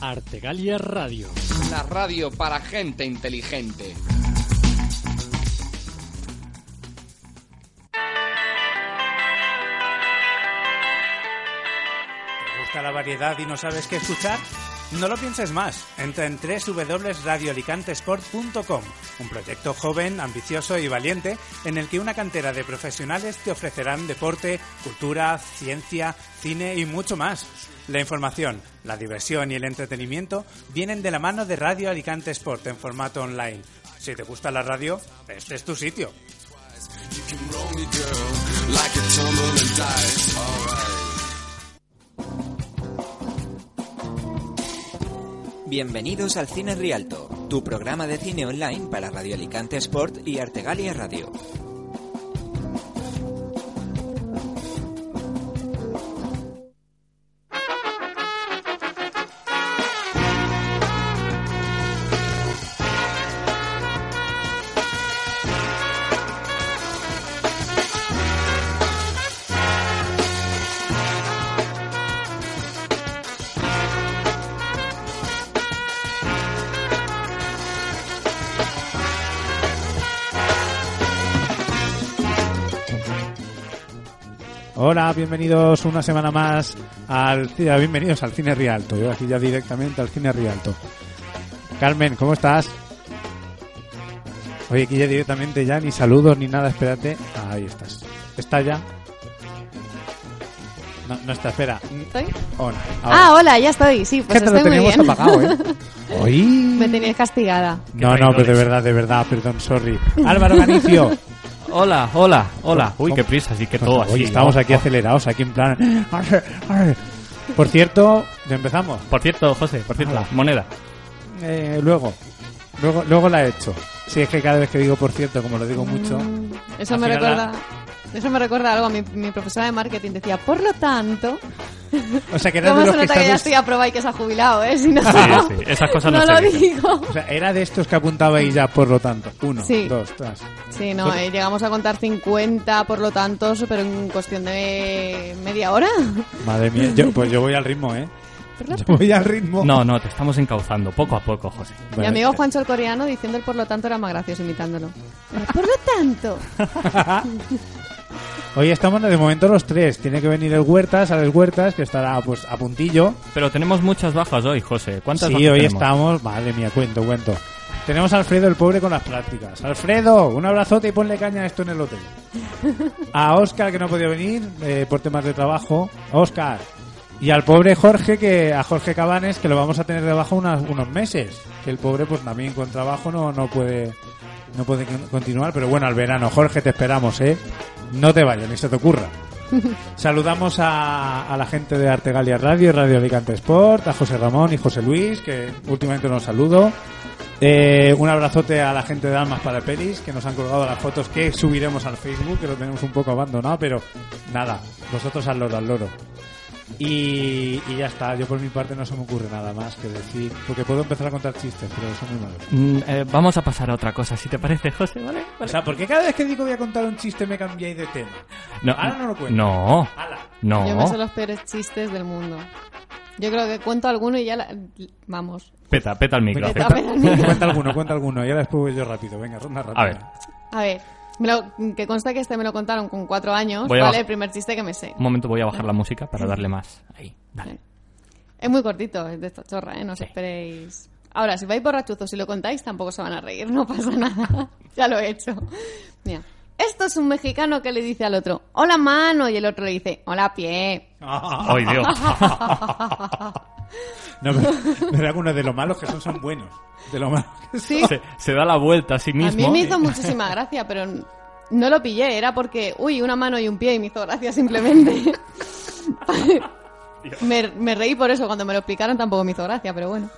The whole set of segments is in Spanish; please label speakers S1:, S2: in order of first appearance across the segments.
S1: Artegalia Radio.
S2: La radio para gente inteligente.
S3: ¿Te gusta la variedad y no sabes qué escuchar? No lo pienses más. Entra en www.radioalicantesport.com, un proyecto joven, ambicioso y valiente en el que una cantera de profesionales te ofrecerán deporte, cultura, ciencia, cine y mucho más. La información, la diversión y el entretenimiento vienen de la mano de Radio Alicante Sport en formato online. Si te gusta la radio, este es tu sitio.
S4: Bienvenidos al Cine Rialto, tu programa de cine online para Radio Alicante Sport y Artegalia Radio.
S5: Hola, bienvenidos una semana más al bienvenidos al Cine Rialto. Yo aquí ya directamente al Cine Rialto. Carmen, ¿cómo estás? Oye, aquí ya directamente ya ni saludos ni nada, espérate. Ahí estás. ¿Está ya? No, no está, espera.
S6: ¿Estoy?
S5: Hola.
S6: Ah, hola, ya estoy. Sí, pues
S5: que te lo
S6: estoy muy
S5: teníamos
S6: bien.
S5: apagado, ¿eh? Oí.
S6: Me tenías castigada.
S5: No, no, pero de verdad, de verdad, perdón, sorry. Álvaro Ganicio.
S7: Hola, hola, hola. Uy, qué prisa, así que todo así.
S5: Hoy estamos
S7: ¿no?
S5: aquí acelerados, aquí en plan. "Arre, arre". Por cierto, ya empezamos.
S7: Por cierto, José, por cierto,
S5: Hola.
S7: moneda.
S5: Eh, luego. luego. Luego la he hecho. Sí, es que cada vez que digo por cierto, como lo digo mucho.
S6: Eso
S7: Al
S6: me
S7: final
S6: recuerda. Eso me recuerda algo. Mi, mi profesora de marketing decía, por lo tanto,
S5: O sea, que era
S6: ¿cómo
S5: de
S6: se
S5: los que
S6: nota que ya
S5: estabais-
S6: estoy aprobada y que se ha jubilado, eh? Si no,
S7: Sí, sí, esas cosas no,
S6: no
S7: se
S6: lo
S7: dicen.
S6: digo.
S5: o sea, era de estos que apuntabais ya, por lo tanto. Uno,
S6: Sí.
S5: dos, tres.
S6: Sí, no, eh, llegamos a contar 50, por lo tanto, pero en cuestión de media hora.
S5: Madre mía, yo, pues yo voy al ritmo, ¿eh?
S6: Por lo
S5: Yo voy al ritmo.
S7: No, no, te estamos encauzando poco a poco, José.
S6: Mi
S5: Bueno,
S6: amigo Juancho el coreano diciendo el por lo tanto era más gracioso imitándolo. Eh, Por lo tanto.
S5: Hoy estamos de momento los tres. Tiene que venir el Huertas, a las Huertas, que estará pues a puntillo.
S7: Pero tenemos muchas bajas hoy, José. ¿Cuántas
S5: Sí,
S7: bajas
S5: hoy
S7: tenemos?
S5: estamos. Madre mía, cuento, cuento. Tenemos a Alfredo el pobre con las prácticas. Alfredo, un abrazote y ponle caña a esto en el hotel. A Oscar que no ha podido venir eh, por temas de trabajo. Oscar. Y al pobre Jorge, que a Jorge Cabanes, que lo vamos a tener debajo unas- unos meses. Que el pobre, pues también con trabajo no, no puede no puede con- continuar. Pero bueno, al verano, Jorge, te esperamos, ¿eh? No te vayas, ni se te ocurra. Saludamos a, a la gente de Artegalia Radio, Radio Alicante Sport, a José Ramón y José Luis, que últimamente nos saludo. Eh, un abrazote a la gente de Almas para Pelis, que nos han colgado las fotos que subiremos al Facebook, que lo tenemos un poco abandonado, pero nada, vosotros al loro, al loro. Y, y ya está, yo por mi parte no se me ocurre nada más que decir, porque puedo empezar a contar chistes, pero son muy malos.
S7: Mm, eh, vamos a pasar a otra cosa, si te parece, José, ¿vale?
S5: O
S7: Vale.
S5: sea, ¿por qué cada vez que digo voy a contar un chiste me cambiáis de tema?
S7: no,
S5: ahora no lo cuento.
S7: No,
S5: ¡Hala!
S7: no.
S6: Yo me sé los peores chistes del mundo. Yo creo que cuento alguno y ya la- vamos.
S7: Peta, peta el micro.
S6: Peta,
S7: acepta.
S5: Cuenta, cuenta alguno, cuenta alguno, y ahora después voy yo rápido, venga, ronda rápida.
S7: A ver.
S6: A ver, me lo- que consta que este me lo contaron con cuatro años,
S7: Voy a
S6: ¿vale?
S7: baj-
S6: El primer chiste que me sé.
S7: Un momento, voy a bajar la música para darle más. Ahí, dale.
S6: Es muy cortito, es de esta chorra, ¿eh? No os
S7: Sí.
S6: esperéis. Ahora, si vais borrachuzos y lo contáis, tampoco se van a reír, no pasa nada. ya lo he hecho. Mira. Esto es un mexicano que le dice al otro, hola mano, y el otro le dice, hola pie.
S7: Ay, Dios.
S5: No, pero, pero algunos de los malos que son son buenos. De los malos que son.
S6: Sí,
S7: Se, se da la vuelta a sí
S6: a
S7: mismo.
S6: mí me hizo muchísima gracia, pero no lo pillé, era porque, uy, una mano y un pie, y me hizo gracia simplemente. Me, me reí por eso, cuando me lo explicaron tampoco me hizo gracia, pero bueno.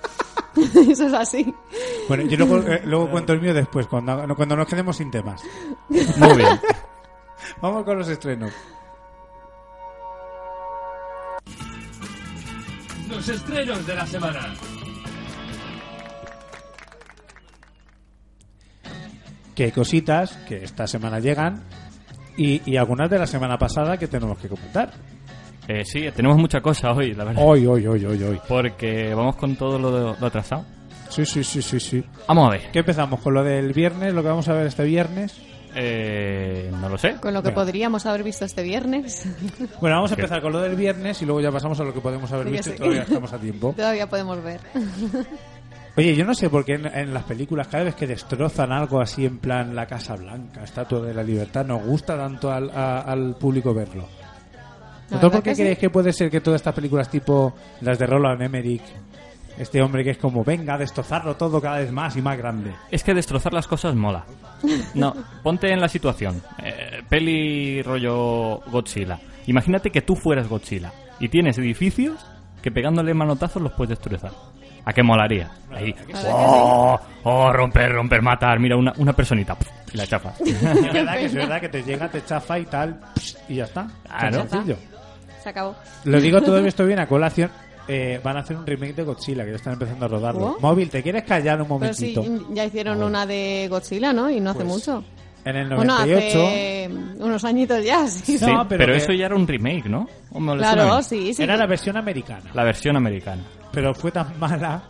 S6: eso es así.
S5: Bueno, yo luego, eh, luego cuento el mío después, cuando, cuando nos quedemos sin temas.
S7: Muy bien.
S5: Vamos con los estrenos.
S1: Los estrenos de la semana.
S5: Que hay cositas que esta semana llegan y, y algunas de la semana pasada que tenemos que comentar.
S7: Eh, sí, tenemos mucha cosa hoy, la verdad.
S5: Hoy, hoy, hoy, hoy, hoy.
S7: Porque vamos con todo lo, lo atrasado.
S5: Sí, sí, sí, sí, sí.
S7: Vamos a ver.
S5: ¿Qué empezamos? ¿Con lo del viernes? ¿Lo que vamos a ver este viernes?
S7: Eh, no lo sé.
S6: Con lo que
S5: Venga.
S6: podríamos haber visto este viernes,
S5: Bueno, vamos a empezar con lo del viernes y luego ya pasamos a lo que podemos haber
S6: Sí,
S5: visto
S6: sí.
S5: y todavía estamos a tiempo.
S6: todavía podemos ver.
S5: Oye, yo no sé por qué en, en las películas cada vez que destrozan algo así en plan la Casa Blanca, Estatua de la Libertad, nos gusta tanto al, a- al público verlo.
S6: La
S5: ¿Vosotros
S6: verdad
S5: por qué
S6: que sí.
S5: creéis que puede ser que todas estas películas tipo las de Roland Emmerich, este hombre que es como, venga, destrozarlo todo cada vez más y más grande?
S7: Es que destrozar las cosas mola. No, ponte en la situación. Eh, peli rollo Godzilla. Imagínate que tú fueras Godzilla y tienes edificios que pegándole manotazos los puedes destrozar. ¿A qué molaría? Ahí.
S6: sí.
S7: ¡Oh! ¡Oh! Romper, romper, matar. Mira, una, una personita. pf, Y la chapa.
S5: Es verdad que es verdad que te llega, te chafa y tal, y ya está.
S7: Claro.
S5: Tan sencillo.
S6: Se acabó.
S5: Lo digo todo esto bien a colación. eh, van a hacer un remake de Godzilla, que ya están empezando a rodarlo.
S6: ¿Oh?
S5: Móvil, ¿te quieres callar un
S6: Pero sí,
S5: momentito?
S6: ya hicieron una de Godzilla, ¿no? Y no hace
S5: Pues,
S6: mucho.
S5: En el
S6: Bueno,
S5: 98...
S6: hace unos añitos ya, sí.
S7: Sí,
S5: No, pero
S7: pero
S5: que-
S7: eso ya era un remake, ¿no? ¿O me lo suena a
S6: Claro,
S7: mí?
S6: sí, sí.
S5: Era la versión americana,
S7: La versión americana.
S5: pero fue tan mala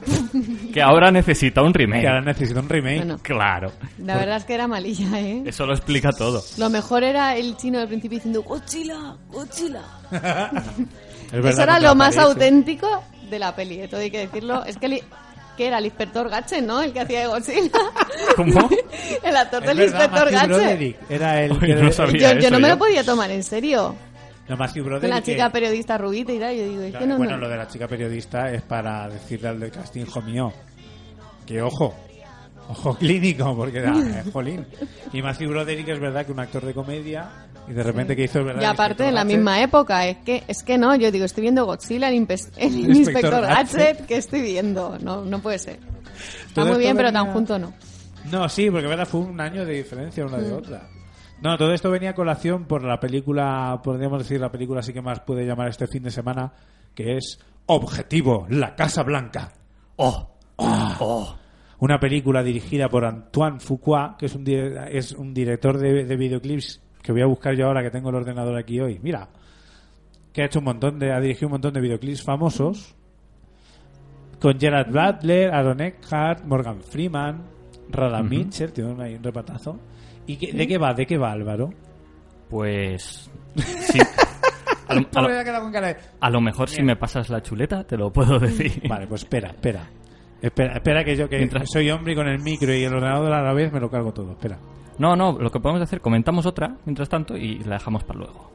S7: Que ahora necesita un
S5: que ahora
S7: remake.
S5: necesito un remake.
S6: Bueno.
S7: Claro.
S6: La verdad es que era malilla, ¿eh?
S7: Eso lo explica todo.
S6: Lo mejor era el chino del principio diciendo Godzilla, Godzilla.
S5: Es
S6: Eso
S5: verdad,
S6: era
S5: cuando
S6: lo más
S5: aparece.
S6: auténtico de la peli, ¿eh? todo hay que decirlo. Es que, li- que era el inspector Gachen, ¿no? El que hacía de Godzilla.
S7: ¿Cómo?
S6: el actor
S5: Es
S6: del
S5: verdad,
S6: inspector
S5: Matthew
S6: Gachen.
S5: Broderick Era el
S7: Uy,
S5: que-
S7: no sabía.
S6: Yo, yo
S7: eso
S6: no me
S7: yo.
S6: lo podía tomar en serio.
S5: No, Matthew
S6: Con
S5: Broderick
S6: la
S5: que-
S6: chica periodista rubita y tal, yo digo, es
S5: Claro,
S6: que no,
S5: bueno,
S6: no.
S5: lo de la chica periodista es para decirle al de casting, hijo mío, que ojo, ojo clínico, porque da, eh, jolín. Y Matthew Broderick es verdad que un actor de comedia y de repente que hizo, es verdad.
S6: Y
S5: el
S6: aparte,
S5: inspector
S6: en la
S5: Gadget,
S6: misma época, es que, es que no, yo digo, estoy viendo Godzilla, el, impes- el
S5: Inspector
S6: inspector
S5: Gadget.
S6: Gadget, que estoy viendo. No, no puede ser. Está
S5: Todo
S6: muy
S5: esto
S6: bien, pero
S5: venía-
S6: tan junto no. Mm.
S5: No, sí, porque verdad fue un año de diferencia una de otra. No, todo esto venía a colación por la película, podríamos decir, la película así que más puede llamar este fin de semana, que es Objetivo, la Casa Blanca.
S7: ¡Oh!
S5: una película dirigida por Antoine Fuqua, que es un, di- es un director de, de videoclips que voy a buscar yo ahora que tengo el ordenador aquí hoy. Mira, que ha hecho un montón de, ha dirigido un montón de videoclips famosos con Gerard Butler, Aaron Eckhart, Morgan Freeman, Rada Mitchell, tiene un, ahí un repatazo. ¿Y qué- de qué va? ¿De qué va Álvaro?
S7: Pues. Sí. A lo, a lo-
S5: Pobre, me ha quedado con cara de-
S7: a lo mejor si me pasas la chuleta, te lo puedo decir.
S5: Vale, pues espera, espera. Espera, espera que yo que
S7: Mientras-
S5: soy hombre y con el micro y el ordenador a la vez me lo cargo todo. Espera.
S7: No, no, lo que podemos hacer, comentamos otra mientras tanto y la dejamos para luego.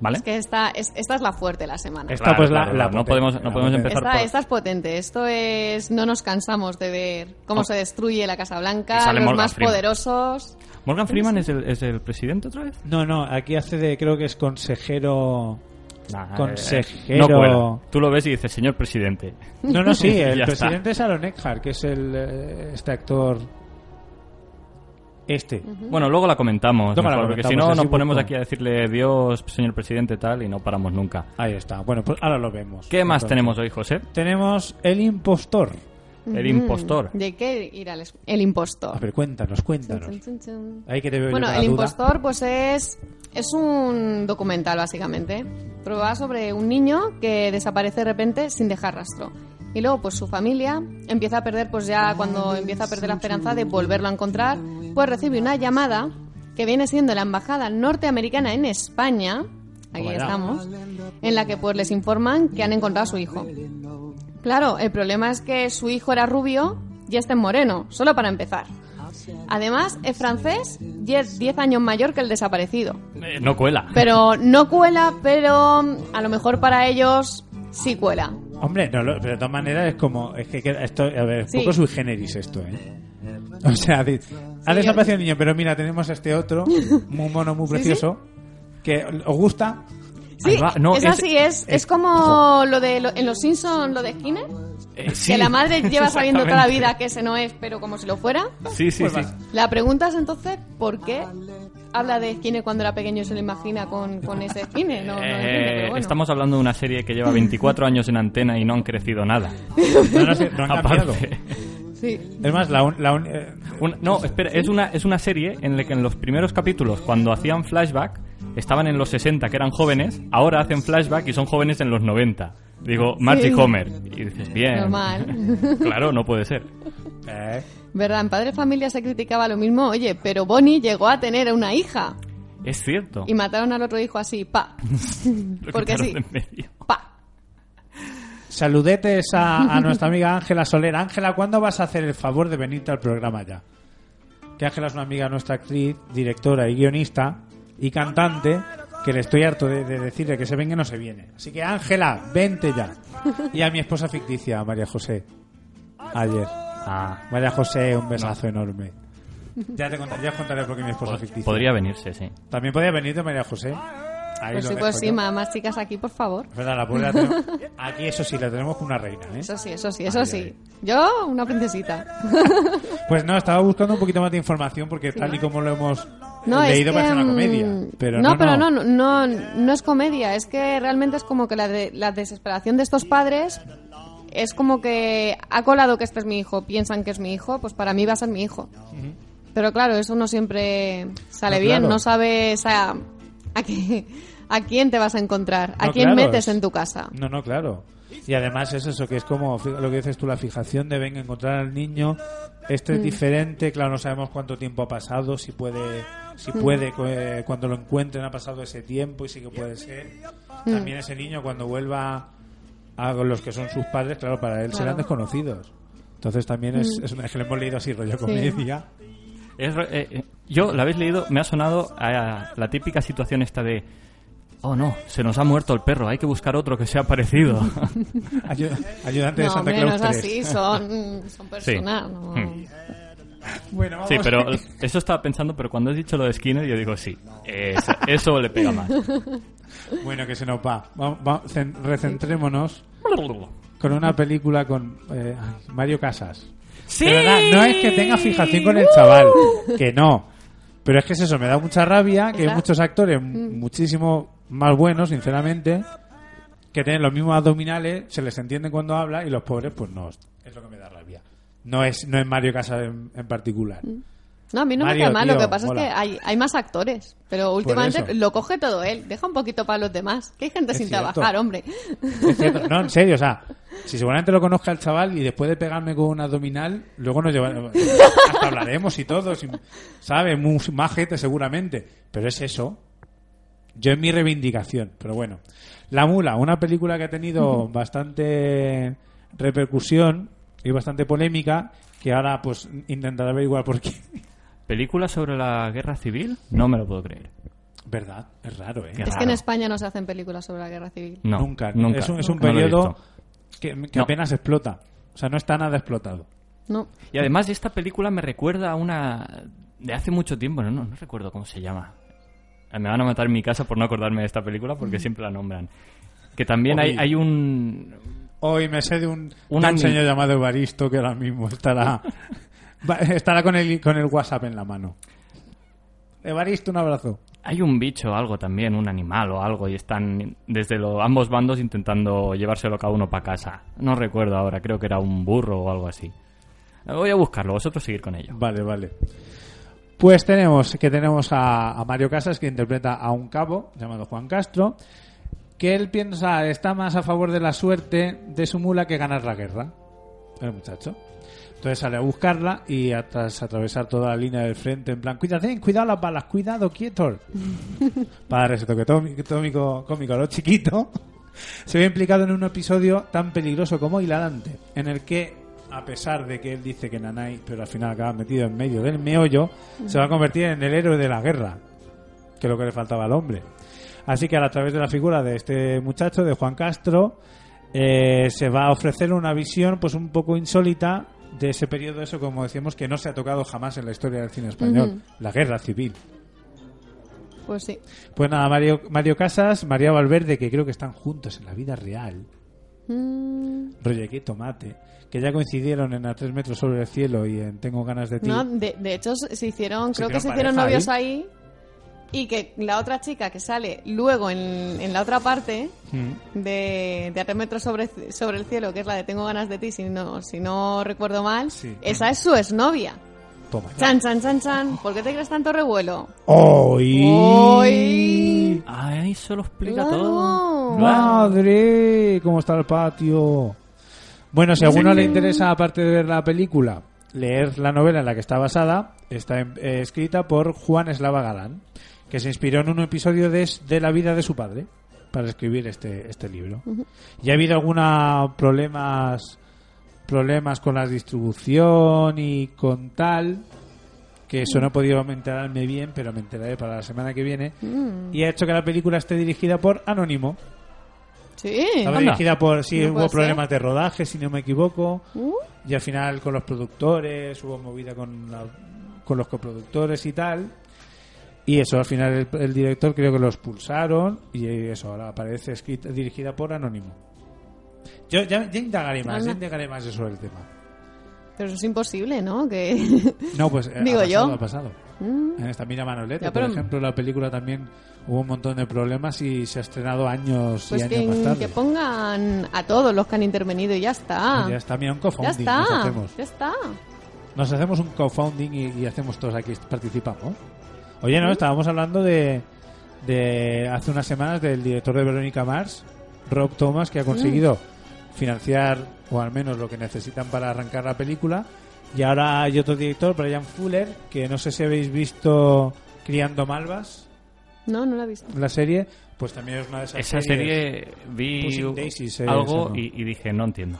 S7: ¿Vale?
S6: Es que esta es, esta es la fuerte la semana.
S5: Esta pues la- la
S7: no
S5: potente,
S7: podemos,
S5: la
S7: no podemos
S5: potente.
S7: empezar
S6: Esta,
S7: por...
S6: esta es potente. Esto es. No nos cansamos de ver cómo
S7: Oh.
S6: se destruye la Casa Blanca,
S7: Y
S6: los
S7: sale Morgan
S6: más
S7: Freeman.
S6: poderosos.
S7: Morgan Freeman es el, es el presidente otra vez.
S5: No, no, aquí hace de, creo que es consejero.
S7: Nah, eh,
S5: Consejero.
S7: no cuela. Tú lo ves y dices, señor presidente.
S5: No, no, sí, el
S7: Ya está.
S5: presidente es Aaron Eckhart, que es el, eh, este actor. Este.
S7: Bueno, luego la comentamos,
S5: Luego la
S7: mejor, porque si
S5: comentamos,
S7: no
S5: así
S7: nos ponemos
S5: busco.
S7: aquí a decirle Dios, señor presidente, tal, y no paramos nunca.
S5: Ahí está. Bueno, pues ahora lo vemos.
S7: ¿Qué más
S5: Entonces,
S7: tenemos hoy, José?
S5: Tenemos El Impostor.
S7: El impostor.
S6: Mm. ¿De qué ir al es- El
S5: A
S6: impostor.
S5: ver, cuéntanos, cuéntanos.
S6: Chun, chun, chun.
S5: Ahí que te veo yo
S6: Bueno,
S5: con la
S6: El
S5: duda.
S6: Impostor, pues es. Es un documental, básicamente. Pero va sobre un niño que desaparece de repente sin dejar rastro. Y luego, pues su familia empieza a perder, pues ya cuando empieza a perder la esperanza de volverlo a encontrar, pues recibe una llamada que viene siendo la embajada norteamericana en España. Aquí
S5: Vaya.
S6: estamos. En la que, pues, les informan que han encontrado a su hijo. Claro, el problema es que su hijo era rubio y este es moreno, solo para empezar. Además, es francés y es 10 años mayor que el desaparecido.
S7: Eh, no cuela.
S6: Pero no cuela, pero mm, a lo mejor para ellos sí cuela.
S5: Hombre, no, lo- pero de todas maneras es como. Es que queda- esto, a ver, es
S6: Sí.
S5: poco sui generis esto, ¿eh? O sea, di- ha desaparecido el niño, pero mira, tenemos este otro, muy mono, muy
S6: Sí, sí.
S5: precioso, que os gusta,
S6: Sí,
S7: Ahí va. No,
S6: es,
S7: es-
S6: así, es, es
S7: eh,
S6: como lo de lo- en Los Simpsons, lo de Skinner,
S7: Eh, sí,
S6: que la madre lleva sabiendo toda la
S7: exactamente.
S6: vida que ese no es, pero como si lo fuera.
S7: Sí, sí,
S3: Pues
S7: sí.
S3: va.
S6: La pregunta es entonces, ¿por qué habla de Skinner cuando era pequeño y se lo imagina con, con ese Skinner? No, no
S7: Eh,
S6: entiendo, pero bueno.
S7: Estamos hablando de una serie que lleva 24 años en antena y no han crecido nada.
S5: No, no sé, no han cambiado.
S7: Aparte.
S6: Sí.
S5: Es más, la, un- la un- eh,
S7: Una- no, espera, es una, es una serie en la que en los primeros capítulos, cuando hacían flashback, estaban en los 60 que eran jóvenes, ahora hacen flashback y son jóvenes en los 90. Digo, Marty
S6: Sí.
S7: Homer. Y dices, bien.
S6: Normal.
S7: claro, no puede ser.
S5: eh,
S6: ¿Verdad? En Padre Familia se criticaba lo mismo. Oye, pero Bonnie llegó a tener una hija.
S7: Es cierto.
S6: Y mataron al otro hijo así, pa.
S7: Lo
S6: Porque
S7: quitaron
S6: sí,
S7: de en medio.
S6: pa.
S5: saludetes a, a nuestra amiga Ángela Soler. Ángela, ¿cuándo vas a hacer el favor de venirte al programa ya? Que Ángela es una amiga nuestra actriz, directora y guionista y cantante que le estoy harto de, de decirle que se venga y no se viene. Así que Ángela, vente ya. Y a mi esposa ficticia, a María José. Ayer.
S7: Ah,
S5: María José, un besazo enorme. Ya te contaré, ya os contaré por qué mi esposa ficticia.
S7: podría venirse, sí.
S5: También podía venir de María José. Ahí
S6: Pues
S5: lo
S6: sí,
S5: dejo
S6: pues sí,
S5: yo.
S6: ma- más chicas aquí, por favor.
S5: Es verdad, la pobre la tenemos- Aquí eso sí, la tenemos como una reina, ¿eh?
S6: Eso sí, eso sí, eso
S5: Ay,
S6: sí.
S5: ay.
S6: Yo, una princesita.
S5: Pues no, estaba buscando un poquito más de información porque tal y como lo hemos
S6: No, es
S5: leído
S6: que,
S5: parece una
S6: mm,
S5: comedia. Pero
S6: no,
S5: no,
S6: pero no. No, no, no es comedia. Es que realmente es como que la, de- la desesperación de estos padres es como que ha colado que este es mi hijo, piensan que es mi hijo, pues para mí va a ser mi hijo. Pero claro, eso no siempre sale
S5: No,
S6: bien.
S5: claro.
S6: No sabes a, a, qué- a quién te vas a encontrar, a
S5: No,
S6: quién
S5: claro,
S6: metes
S5: es-
S6: en tu casa.
S5: No, no, claro. Y además es eso, que es como fi- lo que dices tú, la fijación de venga encontrar al niño. Este
S6: Mm.
S5: es diferente, claro, no sabemos cuánto tiempo ha pasado, si puede,
S6: Mm.
S5: si puede, cu- eh, cuando lo encuentren ha pasado ese tiempo y sí que puede ser.
S6: Mm.
S5: También ese niño cuando vuelva a los que son sus padres, claro, para él serán
S6: Claro. Mm.
S5: desconocidos. Entonces también es, es una es que lo hemos leído así, rollo comedia.
S7: Es re- eh, eh, yo, la habéis leído, me ha sonado a la típica situación esta de... Oh no, se nos ha muerto el perro, hay que buscar otro que sea parecido.
S5: Ayu- ayudante de
S6: No,
S5: Santa
S6: hombre, no
S5: Claus Hmm.
S6: es
S5: 3.
S6: así, son, son personas. no.
S7: Mm.
S5: Bueno, vamos.
S7: Sí, pero eso estaba pensando, pero cuando has dicho lo de Skinner, yo digo sí. es- eso le pega más.
S5: Bueno, que se nos va. Va- va- cen- recentrémonos con una película con eh, ay, Mario Casas.
S7: ¡Sí!
S5: De verdad, no es que tenga fijación
S7: ¡Uh!
S5: con el chaval,
S6: Uh.
S5: que no. Pero es que es eso, me da mucha rabia que hay
S6: Claro.
S5: muchos actores
S6: Mm.
S5: m- muchísimo más buenos, sinceramente, que tienen los mismos abdominales, se les entiende cuando habla y los pobres, pues no. Es lo que me da rabia. No es, no es Mario Casas en, en particular.
S6: Mm. No, a mí no
S5: Mario,
S6: me cae mal,
S5: tío,
S6: lo que pasa
S5: mola.
S6: es que hay, hay más actores, pero últimamente
S5: eso.
S6: lo coge todo él, deja un poquito para los demás, que hay gente
S5: Es
S6: sin
S5: cierto.
S6: trabajar, hombre.
S5: Es cierto. No, en serio, o sea, si seguramente lo conozca el chaval y después de pegarme con un abdominal, luego nos llevaremos. Hasta hablaremos y todo, si- ¿sabes? Muy- Más gente seguramente. Pero es eso. Yo es mi reivindicación, pero bueno. La Mula, una película que ha tenido bastante repercusión y bastante polémica, que ahora pues intentaré averiguar por qué.
S7: ¿Película sobre la guerra civil? No me lo puedo creer.
S5: ¿Verdad? Es raro, ¿eh?
S7: Qué
S6: Es
S7: raro.
S6: que en España no se hacen películas sobre la guerra civil.
S7: No,
S5: nunca,
S7: nunca.
S5: Es un, es un
S7: No lo he
S5: periodo
S7: visto.
S5: que, que
S7: No.
S5: apenas explota. O sea, no está nada explotado.
S6: No.
S7: Y además esta película me recuerda a una de hace mucho tiempo, no, no, no recuerdo cómo se llama. Eh, Me van a matar en mi casa por no acordarme de esta película porque siempre la nombran. Que también hay,
S5: Oye.
S7: hay un...
S5: Hoy me sé de un,
S7: Un
S5: de un
S7: ani-
S5: señor llamado Evaristo que ahora mismo estará, va- estará con, el, con el WhatsApp en la mano. Evaristo, un abrazo.
S7: Hay un bicho o algo también, un animal o algo, y están desde lo- ambos bandos intentando llevárselo cada uno para casa. No recuerdo ahora, creo que era un burro o algo así. Eh, Voy a buscarlo, vosotros seguir con ello.
S5: Vale, vale. Pues tenemos que tenemos a, a Mario Casas que interpreta a un cabo llamado Juan Castro que él piensa está más a favor de la suerte de su mula que ganar la guerra. El muchacho. Entonces sale a buscarla y a- tras atravesar toda la línea del frente en plan cuidado, cuidado las balas, cuidado, quietos. Para dar ese toque tómico, tómico- cómico a lo chiquito. se ve implicado en un episodio tan peligroso como hilarante, en el que, a pesar de que él dice que Nanai, pero al final acaba metido en medio del meollo, se va a convertir en el héroe de la guerra, que es lo que le faltaba al hombre. Así que a través de la figura de este muchacho, de Juan Castro, eh, se va a ofrecer una visión pues un poco insólita de ese periodo, eso como decíamos, que no se ha tocado jamás en la historia del cine español, la guerra civil.
S6: Pues sí.
S5: Pues nada, Mario, Mario Casas, María Valverde, que creo que están juntos en la vida real.
S6: Mm,
S5: Rolleque Tomate, que ya coincidieron en A Tres Metros Sobre el Cielo y en Tengo Ganas de Ti.
S6: no, de, de hecho, se hicieron,
S5: Se
S6: creo que se
S5: hicieron
S6: hicieron
S5: pareja
S6: novios ahí. Y que la otra chica que sale luego en, en la otra parte
S5: Mm.
S6: de, de A tres metros sobre, sobre el cielo, que es la de Tengo ganas de ti, si no, si no recuerdo mal,
S5: Sí.
S6: esa es su exnovia.
S5: Toma ya.
S6: Chan, chan, chan, chan. ¿Por qué te crees tanto revuelo?
S5: ¡Oy!
S6: ¡Oy!
S7: Ah, eso lo explica
S6: Claro.
S7: todo.
S5: ¡Madre! ¿Cómo está el patio? Bueno, si a alguno le interesa, aparte de ver la película, leer la novela en la que está basada, está en- eh, escrita por Juan Eslava Galán, que se inspiró en un episodio de, s- de la vida de su padre para escribir este, este libro. ¿Y ha habido algunos problemas, problemas con la distribución y con tal? que eso no he podido enterarme bien, pero me enteraré para la semana que viene.
S6: Mm.
S5: Y ha hecho que la película esté dirigida por Anónimo.
S6: Sí.
S5: Estaba
S7: Anda.
S5: dirigida por... Sí,
S6: No
S5: hubo
S6: puede
S5: problemas de rodaje, si no me equivoco.
S6: Uh.
S5: Y al final con los productores, hubo movida con, la- con los coproductores y tal. Y eso, al final el, el director creo que lo expulsaron. Y eso, ahora aparece escrita, dirigida por Anónimo. Yo ya, ya indagaré más,
S6: Anda.
S5: ya indagaré más sobre el tema.
S6: Pero eso es imposible, ¿no? Que...
S5: No, pues eh,
S6: Digo
S5: ha pasado,
S6: yo.
S5: ha pasado.
S6: Mm,
S5: En esta mira Manolete,
S6: Ya,
S5: por
S6: pero-
S5: ejemplo, la película también hubo un montón de problemas y se ha estrenado años y
S6: pues
S5: años
S6: que,
S5: más tarde.
S6: que pongan a todos los que han intervenido y ya está.
S5: Ya está, mira, un
S6: Ya
S5: co-founding
S6: está.
S5: nos hacemos.
S6: Ya está.
S5: Nos hacemos un co-founding y, y hacemos todos aquí, participamos. Oye, no, estábamos hablando de, de hace unas semanas del director de Verónica Mars, Rob Thomas, que ha conseguido financiar, o al menos lo que necesitan para arrancar la película. Y ahora hay otro director, Brian Fuller, que no sé si habéis visto Criando Malvas.
S6: No, no la he visto.
S5: la serie, pues también es una de esas
S7: Esa
S5: series.
S7: serie vi
S5: Pushing Daisies, eh,
S7: algo
S5: eso, ¿no?
S7: y, y dije, no entiendo.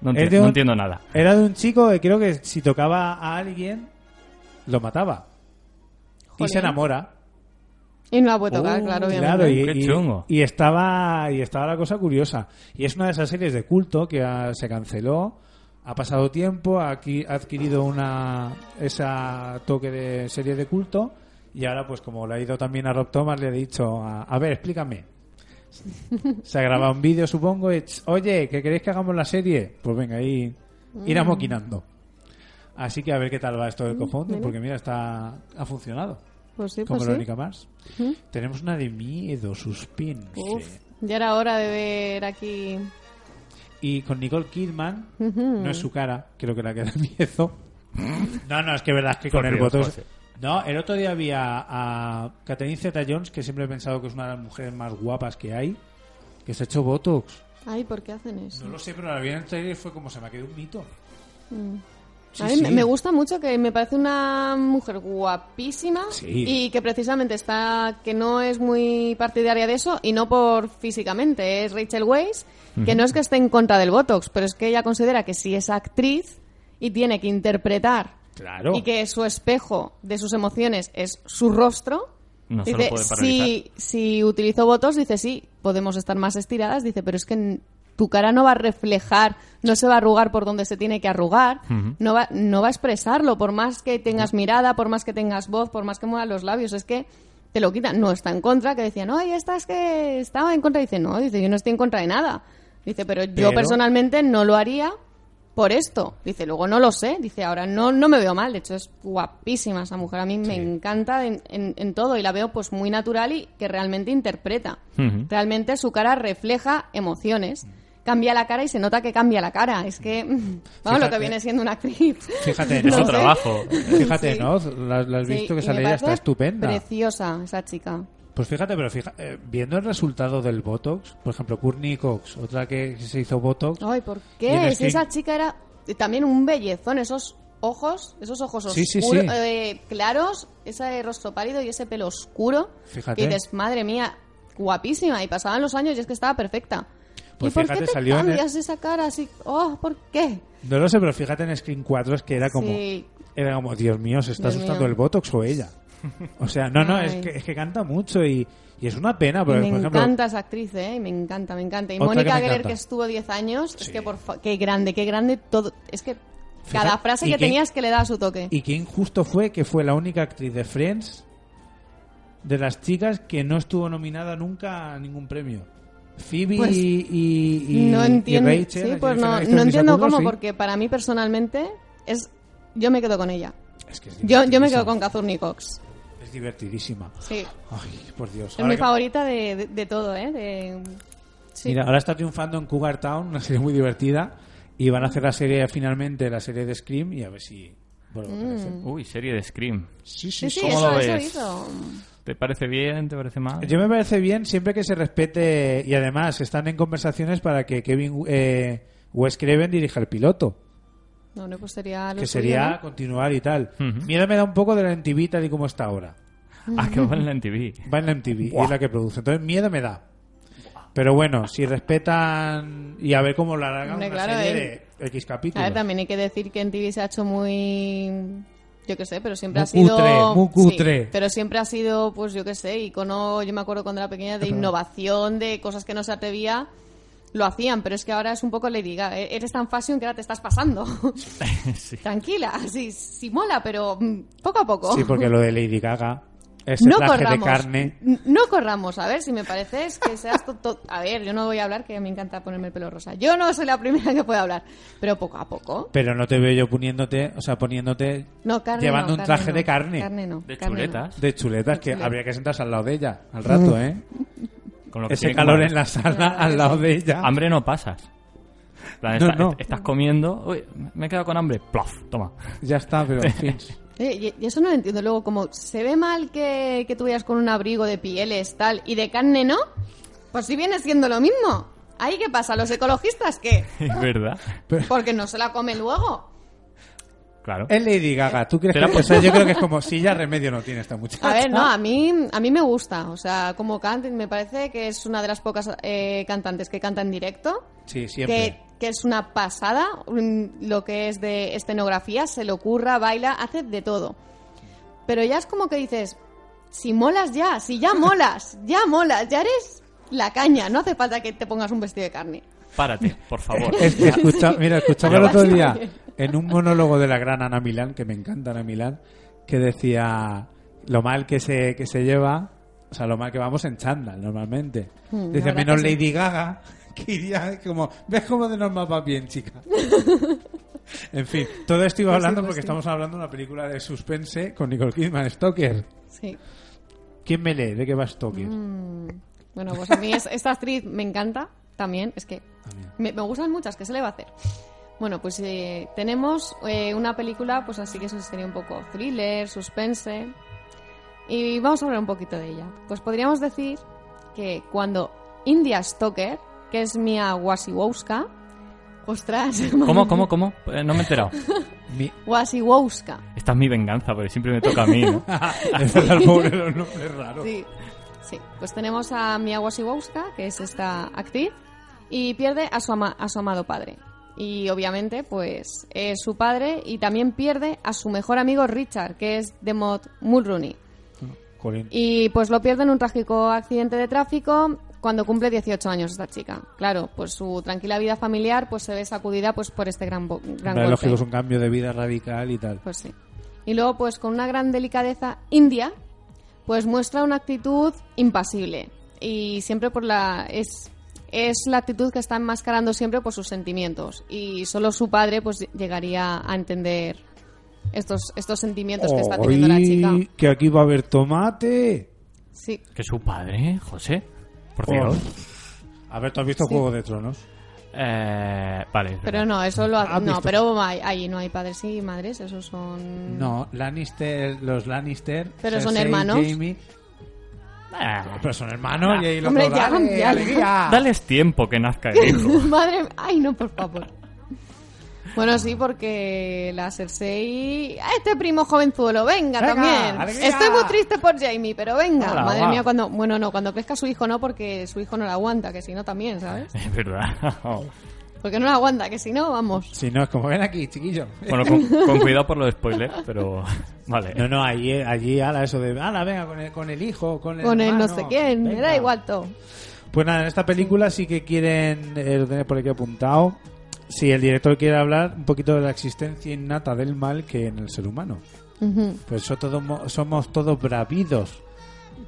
S7: No,
S5: Es
S7: enti-
S5: de
S7: no
S5: un-
S7: entiendo nada.
S5: Era de un chico que creo que si tocaba a alguien, lo mataba. Y
S6: Jolín.
S5: se enamora.
S6: Y no la puedo tocar,
S7: Uh,
S6: claro, obviamente.
S5: Claro, y,
S7: Qué
S5: y-
S7: chungo.
S5: y estaba y estaba la cosa curiosa. Y es una de esas series de culto que ah, se canceló. Ha pasado tiempo, ha adqui- ha adquirido una esa toque de serie de culto y ahora pues como le ha ido también a Rob Thomas le he dicho, a, a ver, explícame. Se ha grabado un vídeo, supongo, y, "Ch, oye, ¿que queréis que hagamos la serie? Pues venga, ahí
S6: Mm.
S5: irá moquinando. Así que a ver qué tal va esto del co-founding, porque mira, está ha funcionado
S6: Pues sí,
S5: como
S6: pues sí.
S5: Verónica Mars. Tenemos una de miedo, suspense.
S6: Uf, ya era hora de ver aquí.
S5: Y con Nicole Kidman, no es su cara, creo que la que da miedo. no, no, es que verdad es que con
S7: Por
S5: el
S7: Dios,
S5: botón.
S7: José.
S5: No, el otro día había a Catherine Zeta Jones, que siempre he pensado que es una de las mujeres más guapas que hay, que se ha hecho Botox.
S6: Ay, ¿por qué hacen eso?
S5: No lo sé, pero la vi en el trailer y fue como se me ha quedado un mito. Sí,
S6: Mm. a mí me-
S5: sí.
S6: me gusta mucho que me parece una mujer guapísima
S5: Sí.
S6: y que precisamente está que no es muy partidaria de eso y no por físicamente es Rachel Weisz que no es que esté en contra del botox pero es que ella considera que si es actriz y tiene que interpretar
S5: Claro.
S6: y que su espejo de sus emociones es su rostro
S7: No se lo
S6: dice
S7: puede paralizar.
S6: si si utilizo botox dice sí podemos estar más estiradas dice pero es que n- tu cara no va a reflejar no se va a arrugar por donde se tiene que arrugar no va no va a expresarlo por más que tengas mirada por más que tengas voz por más que muevas los labios es que te lo quitan no está en contra que decían no y esta es que estaba en contra dice no dice yo no estoy en contra de nada dice pero yo
S5: Pero-
S6: personalmente no lo haría por esto. Dice, luego no lo sé. Dice, ahora no, no me veo mal. De hecho, es guapísima esa mujer. A mí me encanta en, en- en todo y la veo pues muy natural y que realmente interpreta.
S7: Ujú.
S6: Realmente su cara refleja emociones. Cambia la cara y se nota que cambia la cara. Es que, vamos, lo
S5: Fíjate.
S6: que viene siendo una actriz.
S5: Fíjate,
S7: Es
S5: ¿no?
S7: un
S6: No sé.
S7: trabajo.
S5: Fíjate,
S6: Sí.
S5: ¿no? La, la has
S6: Sí,
S5: visto que
S6: y
S5: sale
S6: me
S5: ella,
S6: parece
S5: está estupenda.
S6: Preciosa esa chica.
S5: Pues fíjate, pero fíjate, viendo el resultado del Botox, por ejemplo, Courtney Cox, otra que se hizo Botox.
S6: Ay, ¿por
S5: Y en
S6: qué?
S5: el
S6: Si
S5: que-
S6: esa chica era también un bellezón, esos ojos, esos ojos
S5: Sí, sí,
S6: oscuros,
S5: sí.
S6: eh, claros, ese rostro pálido y ese pelo oscuro.
S5: Fíjate.
S6: Que dices, madre mía, guapísima. Y pasaban los años y es que estaba perfecta.
S5: Pues
S6: ¿Y por
S5: fíjate,
S6: qué te
S5: salió en el-
S6: cambias esa cara así? Oh, ¿por qué?
S5: No lo sé, pero fíjate en Screen 4 es que era como,
S6: Sí.
S5: era como, Dios mío, se está
S6: Dios
S5: asustando
S6: mío.
S5: el Botox o ella. O sea, no, no, es
S6: Ay.
S5: que, es que canta mucho y, y es una pena,
S6: Y
S5: porque,
S6: me
S5: Ah, por ejemplo,
S6: encanta esa actriz, ¿eh? Y Me encanta, me encanta. Y
S5: Otra que
S6: Mónica
S5: me
S6: Geller,
S5: encanta.
S6: que estuvo 10 años, es
S5: Sí.
S6: que por fa- qué grande, qué grande todo. Es que cada
S5: Fíjate,
S6: frase
S5: y
S6: que
S5: qué-
S6: tenías que le daba su toque.
S5: y qué injusto fue que fue la única actriz de Friends de las chicas que no estuvo nominada nunca a ningún premio. Phoebe
S6: Pues,
S5: y, y- y-
S6: no
S5: y
S6: entiendo,
S5: Rachel,
S6: sí,
S5: la
S6: pues
S5: Jennifer Aniston y
S6: no, no
S5: Lisa
S6: entiendo
S5: Kudrow,
S6: cómo,
S5: sí.
S6: porque para mí personalmente es, yo me quedo con ella.
S5: Es que es
S6: Yo, yo me
S5: divertidísima.
S6: quedo con Kazurni Cox.
S5: Es divertidísima.
S6: Sí.
S5: Ay, por Dios.
S6: Es
S5: Ahora
S6: mi
S5: que-
S6: favorita de, de- de todo, ¿eh? De- sí.
S5: Mira, ahora está triunfando en Cougar Town, una serie muy divertida. Y van a hacer la serie finalmente, la serie de Scream, y a ver si vuelve a aparecer.
S7: Uy, serie de Scream.
S5: Sí,
S6: Mm. sí, sí,
S7: ¿cómo
S6: eso,
S7: lo
S6: eso
S7: ves?
S6: hizo.
S7: ¿Te parece bien? ¿Te parece mal?
S5: Yo me parece bien siempre que se respete y además están en conversaciones para que Kevin eh, Wes Craven dirija el piloto,
S6: No, no, pues sería lo
S5: que
S6: suyo,
S5: sería
S6: ¿no?
S5: continuar y tal.
S7: Ujú.
S5: Miedo me da un poco de la MTV tal y como está ahora.
S7: Ah, que va en la MTV.
S5: Va en la MTV y es la que produce. Entonces miedo me da. Pero bueno, si respetan y a ver cómo la hagan
S6: Hombre,
S5: una
S6: claro,
S5: serie
S6: eh.
S5: de X
S6: A
S5: capítulos.
S6: ver, también hay que decir que en TV se ha hecho muy. Yo qué sé, pero siempre
S5: Muy
S6: ha sido.
S5: cutre, muy cutre.
S6: Sí, pero siempre ha sido, pues yo qué sé, icono, yo me acuerdo cuando era pequeña, de innovación, de cosas que no se atrevía. Lo hacían, pero es que ahora es un poco Lady Gaga. E- Eres tan fashion que ahora te estás pasando.
S7: Sí.
S6: Tranquila, sí, sí mola, pero mm, poco a poco.
S5: Sí, porque lo de Lady Gaga, ese
S6: no
S5: traje
S6: corramos.
S5: de carne.
S6: N- No corramos. A ver, si me parece es que seas... to- to- A ver, yo no voy a hablar, que me encanta ponerme el pelo rosa. Yo no soy la primera que puede hablar, pero poco a poco.
S5: Pero no te veo yo poniéndote, o sea, poniéndote
S6: No, carne
S5: llevando
S6: no,
S5: un
S6: carne
S5: traje
S6: no,
S5: de carne.
S6: Carne no.
S7: De
S6: carne no.
S7: chuletas.
S5: De chuletas, que
S6: chuletas.
S5: habría que sentarse al lado de ella, al rato, ¿eh?
S7: Con lo que
S5: Ese
S7: tiene que
S5: calor
S7: comer.
S5: en la sala, al lado de ella.
S7: Hambre no pasas. En plan,
S5: No,
S7: está-
S5: no.
S7: est- Estás comiendo. Uy, me he quedado con hambre. Plof, toma.
S5: Ya está, pero en fin.
S6: Oye, Eh, y- y eso no lo entiendo. Luego, como se ve mal que, que tú vayas con un abrigo de pieles, tal, y de carne no, pues si viene siendo lo mismo. Ahí, ¿qué pasa? ¿Los ecologistas qué?
S7: Es verdad.
S6: Porque no se la come luego.
S7: Claro.
S5: Es Lady Gaga, ¿tú crees que
S7: Será por-
S5: o sea, Yo creo que es como si ya remedio no tiene esta muchacha.
S6: A ver, no, a mí, a mí me gusta. O sea, como canta, me parece que es una de las pocas eh, cantantes que canta en directo.
S5: Sí, siempre.
S6: Que, que es una pasada. un- lo que es de escenografía, se le ocurra, baila, hace de todo. Pero ya es como que dices, si molas ya, si ya molas, ya molas, ya eres la caña. No hace falta que te pongas un vestido de carne.
S7: Párate, por favor.
S5: Es que escucha- mira, escuchaba el
S6: Pero
S5: otro día
S6: basta que-
S5: en un monólogo de la gran Ana Milán, que me encanta Ana Milán, que decía lo mal que se, que se lleva, o sea, lo mal que vamos en chándal normalmente.
S6: Mm,
S5: Dice,
S6: la verdad
S5: menos
S6: que sí.
S5: Lady Gaga, que iría como, ves cómo de normal va bien, chica. en fin, todo esto iba
S6: Pues sí,
S5: hablando
S6: pues
S5: porque
S6: sí.
S5: estamos hablando de una película de suspense con Nicole Kidman, Stoker.
S6: Sí.
S5: ¿Quién me lee? ¿De qué va Stoker?
S6: Hmm. Bueno, pues a mí es- esta actriz me encanta también. Es que me, me gustan muchas, ¿qué se le va a hacer? Bueno, pues eh, tenemos eh, una película, pues así que eso sería un poco thriller, suspense. Y vamos a hablar un poquito de ella. Pues podríamos decir que cuando India Stoker, que es Mia Wasikowska, ostras,
S7: ¿Cómo, cómo, cómo? Eh, no me he enterado.
S5: Mi-
S6: Wasikowska,
S7: Esta es mi venganza, porque siempre me toca a mí. ¿no?
S5: Este es verdad, el pobre, los nombres raros.
S6: Sí, sí. Pues tenemos a Mia Wasikowska, que es esta actriz, y pierde a su, ama- a su amado padre. Y obviamente, pues, es su padre y también pierde a su mejor amigo Richard, que es Demot Mulrooney.
S5: Colin.
S6: Y pues lo pierde en un trágico accidente de tráfico cuando cumple 18 años esta chica. Claro, pues su tranquila vida familiar pues se ve sacudida pues por este gran, bo- gran
S5: Hombre,
S6: golpe.
S5: lógico, es un cambio de vida radical y tal.
S6: Pues sí. Y luego, pues con una gran delicadeza india, pues muestra una actitud impasible. Y siempre por la. Es, es la actitud que está enmascarando siempre por sus sentimientos. Y solo su padre, pues llegaría a entender estos, estos sentimientos que está teniendo la
S5: Oy,
S6: chica.
S5: Que aquí va a haber tomate.
S6: Sí.
S7: Que su padre, José. Por
S5: Oh.
S7: Dios.
S5: A ver, ¿tú has visto Juego de Tronos?
S7: Eh, vale. es
S6: Pero
S7: verdad.
S6: no, eso lo ha-
S5: ¿Has
S6: No,
S5: Ah, visto?
S6: pero hay- ahí no hay padres y madres, esos son.
S5: No, Lannister, los Lannister.
S6: Mm. Pero son hermanos.
S5: Jaime,
S7: Ah,
S5: pero son hermanos y ahí lo
S6: Hombre, ya,
S5: dale,
S6: ya.
S5: alegría.
S7: Dales tiempo que nazca el hijo.
S6: Madre Ay, no, por favor. Bueno, sí, porque la Cersei... ¡Ah, este primo jovenzuelo! ¡Venga,
S5: Venga,
S6: también!
S5: alegría.
S6: Estoy muy triste por Jamie, pero venga.
S7: Hola,
S6: Madre
S7: va.
S6: mía, cuando... Bueno, no, cuando crezca su hijo no, porque su hijo no la aguanta, que si no también, ¿sabes?
S7: Es verdad.
S6: Porque no la aguanta, que si no, vamos.
S5: Si no, es como ven aquí, chiquillo.
S7: Bueno, con, con cuidado por los spoilers, pero. Vale.
S5: No, no, allí, allí, ala, eso de, ala, venga, con el, con el hijo, con el
S6: Con el no
S5: hermano,
S6: sé quién, me da
S5: venga.
S6: igual todo.
S5: Pues nada, en esta película sí que quieren, eh, lo tenéis por aquí apuntado, si el director quiere hablar un poquito de la existencia innata del mal que en el ser humano.
S6: Ujú.
S5: Pues so- todo mo- somos todos bravidos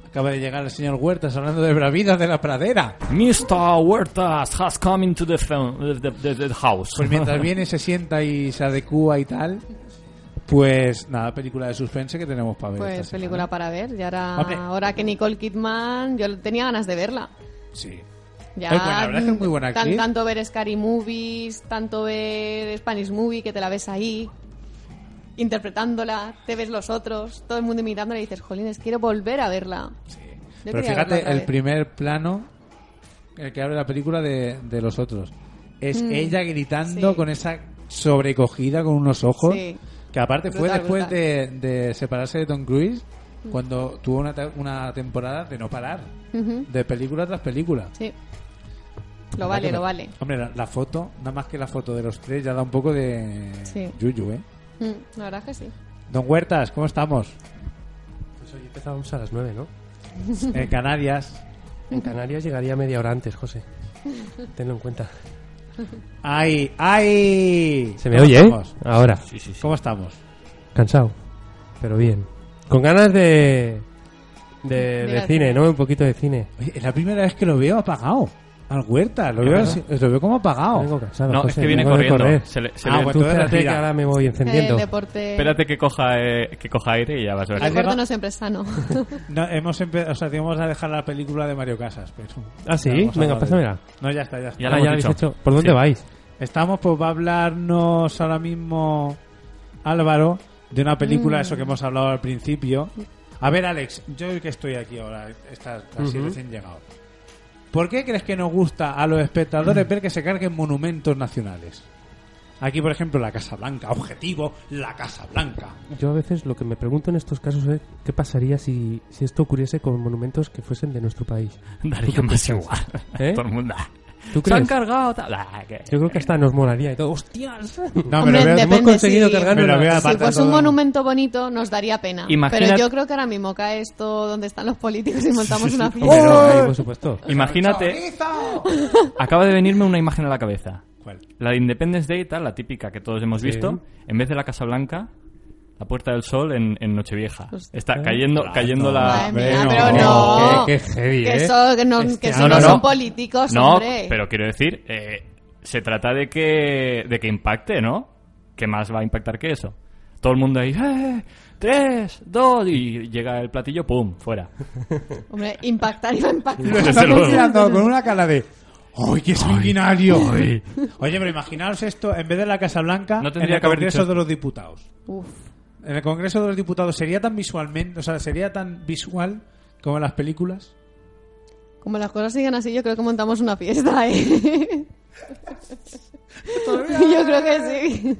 S5: Acaba de llegar el señor Huertas hablando de bravidas de la pradera.
S7: Mr. Huertas has come into the, film- the- the- the- the house.
S5: Pues mientras viene, se sienta y se adecua y tal. Pues nada, película de suspense que tenemos para ver.
S6: Pues
S5: esta semana.
S6: película para ver. Ya era
S5: Hombre.
S6: ahora que Nicole Kidman, yo tenía ganas de verla.
S5: Sí.
S6: Ya,
S5: Es buena, pues la verdad es que es muy buena
S6: tan-
S5: actriz.
S6: tanto ver Scary Movies, tanto ver Spanish Movie, que te la ves ahí, interpretándola, te ves los otros, todo el mundo imitándola y dices, jolines, quiero volver a verla. Yo
S5: Pero
S6: quería verla
S5: fíjate,
S6: otra
S5: el
S6: vez.
S5: primer plano, el que abre la película de, de los otros, es ella gritando
S6: Mm. sí.
S5: con esa sobrecogida con unos ojos,
S6: Sí.
S5: que aparte fue
S6: Brutal, Mm.
S5: después de, de separarse de Tom Cruise, cuando tuvo una, te- una temporada de no parar,
S6: Ujú,
S5: de película tras película.
S6: Sí. Lo vale, lo vale.
S5: Hombre, la, la foto, nada más que la foto de los tres, ya da un poco de
S6: Sí.
S5: yuyu, ¿eh?
S6: Mm, la verdad es que sí.
S5: Don Huertas, ¿cómo estamos?
S8: Pues hoy empezábamos a las 9, ¿no?
S5: En Canarias.
S8: En Canarias llegaría media hora antes, José. Tenlo en cuenta.
S5: ¡Ay! ¡Ay!
S8: Se me
S7: Ah,
S5: ¿Cómo
S8: oye, ¿eh?
S5: estamos?
S8: Ahora.
S7: Sí, sí, sí.
S5: ¿Cómo estamos?
S8: Cansado. Pero bien. Con ganas de... De, de
S6: Mira,
S8: cine, ¿no? Un poquito de cine.
S5: Oye, es la primera vez que lo veo apagado. Al Huerta, lo, veo,
S8: Claro.
S5: así- lo veo como
S8: Vengo
S5: apagado.
S8: cansado,
S7: No, es
S8: José,
S7: que viene
S8: vengo de
S7: corriendo.
S8: correr.
S7: Se le- se
S5: Ah,
S7: le-
S5: bueno.
S8: Tú
S5: Entonces,
S8: espérate que
S5: respira.
S8: ahora me voy encendiendo.
S6: El deporte,
S7: Espérate que coja, eh, que coja aire y ya vas a
S6: el
S7: ver.
S5: Has
S6: deporte
S5: llegado-
S6: no siempre es sano.
S5: No, hemos empe- o sea, te íbamos a dejar la película de Mario Casas, pero...
S8: Ah, ¿sí?
S5: Ya hemos hablado
S8: Venga,
S5: de-
S8: pásamela.
S5: No, ya está, ya está.
S7: Ya la-
S8: Ah,
S7: hemos
S8: habéis
S7: dicho.
S8: hecho. ¿Por dónde
S7: Sí.
S8: vais?
S5: Estamos, pues va a hablarnos ahora mismo Álvaro de una película, eso que hemos hablado al principio. A ver, Alex, yo que estoy aquí ahora, estás así
S8: Ujú.
S5: recién llegado. ¿Por qué crees que nos gusta a los espectadores ver que se carguen monumentos nacionales? Aquí, por ejemplo, la Casa Blanca. Objetivo, la Casa Blanca.
S8: Yo a veces lo que me pregunto en estos casos es qué pasaría si, si esto ocurriese con monumentos que fuesen de nuestro país.
S7: Daría más igual.
S8: ¿Eh?
S7: Todo el mundo. "Ah,
S8: ¿Tú
S7: Se han
S8: crees?
S7: cargado. tal. Ah, que-
S8: Yo creo que hasta nos molaría y todo. ¡Hostias!
S5: No, me
S6: Hombre,
S5: lo veo-
S6: depende,
S8: hemos conseguido
S6: sí.
S8: cargarnos
S5: Me lo
S8: la-
S5: veo
S6: Si
S5: aparte
S6: fuese
S5: todo.
S6: un monumento bonito, nos daría pena.
S7: Imagínate-
S6: Pero yo creo que ahora mismo cae esto donde están los políticos y montamos una
S8: Hombre, no,
S6: fiesta.
S8: ahí, por supuesto.
S7: Imagínate, acaba de venirme una imagen a la cabeza.
S5: ¿Cuál?
S7: La de Independence Day, tal, la típica que todos hemos
S8: Sí.
S7: visto, en vez de la Casa Blanca, la Puerta del Sol en, en Nochevieja.
S6: Hostia.
S7: Está cayendo, cayendo la...
S6: Pues Madre mía,
S5: no,
S6: pero
S5: no,
S6: no. Pues,
S8: qué- qué heavy,
S6: que
S8: ¿eh?
S6: eso- que no, que eso
S7: no,
S6: no
S7: no,
S6: son
S7: no.
S6: políticos,
S7: No,
S6: hombre.
S7: pero quiero decir, eh, se trata de que, de que impacte, ¿no? ¿Qué más va a impactar que eso? Todo el mundo ahí, ¡eh! ¡Tres, dos! Y llega el platillo, ¡pum! Fuera.
S6: Hombre, impactar iba a
S5: Lo
S6: impactar.
S5: estamos
S7: luego.
S5: mirando con una cara de. ¡Ay, qué sanguinario! Oye, pero imaginaos esto en vez de la Casa Blanca,
S7: No
S5: en
S7: tendría
S5: el
S7: que haber
S5: Congreso
S7: dicho-
S5: de los Diputados.
S6: Uf,
S5: En el Congreso de los Diputados sería tan visualmente, o sea, sería tan visual como en las películas.
S6: como las cosas siguen así, yo creo que montamos una fiesta, ¿eh? yo creo que sí.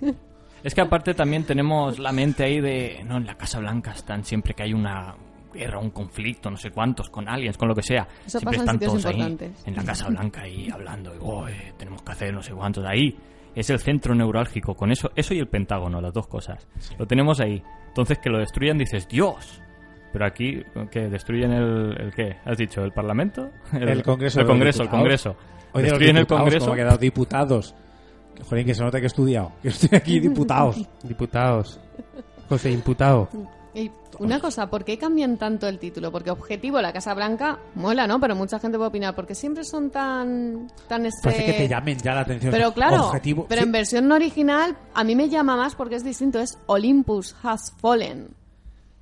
S7: Es que aparte también tenemos la mente ahí de, no, en la Casa Blanca están siempre que hay una guerra, un conflicto, no sé cuántos, con aliens, con lo que sea.
S6: Eso
S7: siempre
S6: pasa
S7: están
S6: en sitios
S7: todos ahí,
S6: importantes.
S7: en la Casa Blanca ahí hablando, y, "Oh, eh, tenemos que hacer no sé cuántos. Ahí es el centro neurálgico, con eso, eso y el Pentágono, las dos cosas. Lo tenemos ahí. Entonces que lo destruyan dices, Dios. Pero aquí, que ¿Destruyen el, el qué? ¿Has dicho? ¿El Parlamento?
S5: El Congreso
S7: El
S5: de los
S7: Congreso, el
S5: Diputados.
S7: Congreso.
S5: Oye, los
S7: destruyen el
S5: diputados,
S7: Congreso.
S5: Como he quedado diputados. Que, Jolín, que se nota que he estudiado. Que estoy aquí, diputados.
S8: Diputados. José, imputado.
S6: Y una cosa, ¿por qué cambian tanto el título? Porque objetivo la Casa Blanca mola, ¿no? Pero mucha gente puede opinar porque siempre son tan tan este
S5: Parece que te llamen ya la atención.
S6: Pero claro,
S5: Objetivo.
S6: pero
S5: Sí.
S6: en versión no original a mí me llama más porque es distinto, es Olympus has fallen.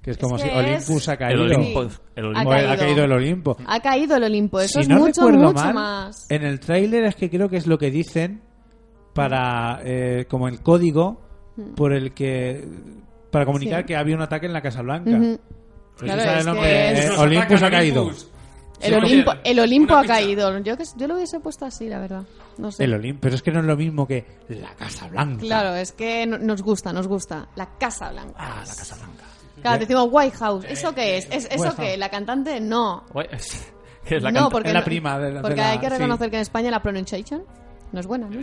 S5: que es como
S6: es
S5: si
S6: que
S5: Olympus
S6: es-
S5: ha
S7: El
S5: caído.
S7: Olimpo.
S6: Sí.
S7: el
S5: O
S7: Olimpo.
S5: Ha, caído. el Olimpo.
S6: Ha caído el Olimpo, eso
S5: si
S6: es
S5: no
S6: mucho
S5: recuerdo
S6: mucho
S5: mal,
S6: más.
S5: en el tráiler es que creo que es lo que dicen para eh, como el código por el que para comunicar
S6: Mm. Sí.
S5: que había un ataque en la Casa Blanca.
S6: Ujú.
S5: Pues
S6: Claro,
S5: sí sale
S6: es
S5: el nombre,
S6: que
S5: eh,
S6: es-
S5: Olympus ha caído.
S6: El Olimpo, el Olimpo ha caído. Yo que yo lo hubiese puesto así, la verdad. No sé.
S5: El Olimpo, pero es que no es lo mismo que la Casa Blanca.
S6: Claro, es que no- nos gusta, nos gusta la Casa Blanca.
S7: Ah, la Casa Blanca.
S6: Claro, te decimos White House. ¿Eso qué es? ¿Es ¿Eso
S5: White House.
S6: qué? ¿La cantante? No.
S7: Guay, es- que es la
S6: no,
S7: canta-
S6: porque
S5: es la
S6: no-
S5: prima de la- de
S6: Porque
S5: la-
S6: hay que reconocer
S5: sí.
S6: que en España la pronunciation no es buena. ¿no?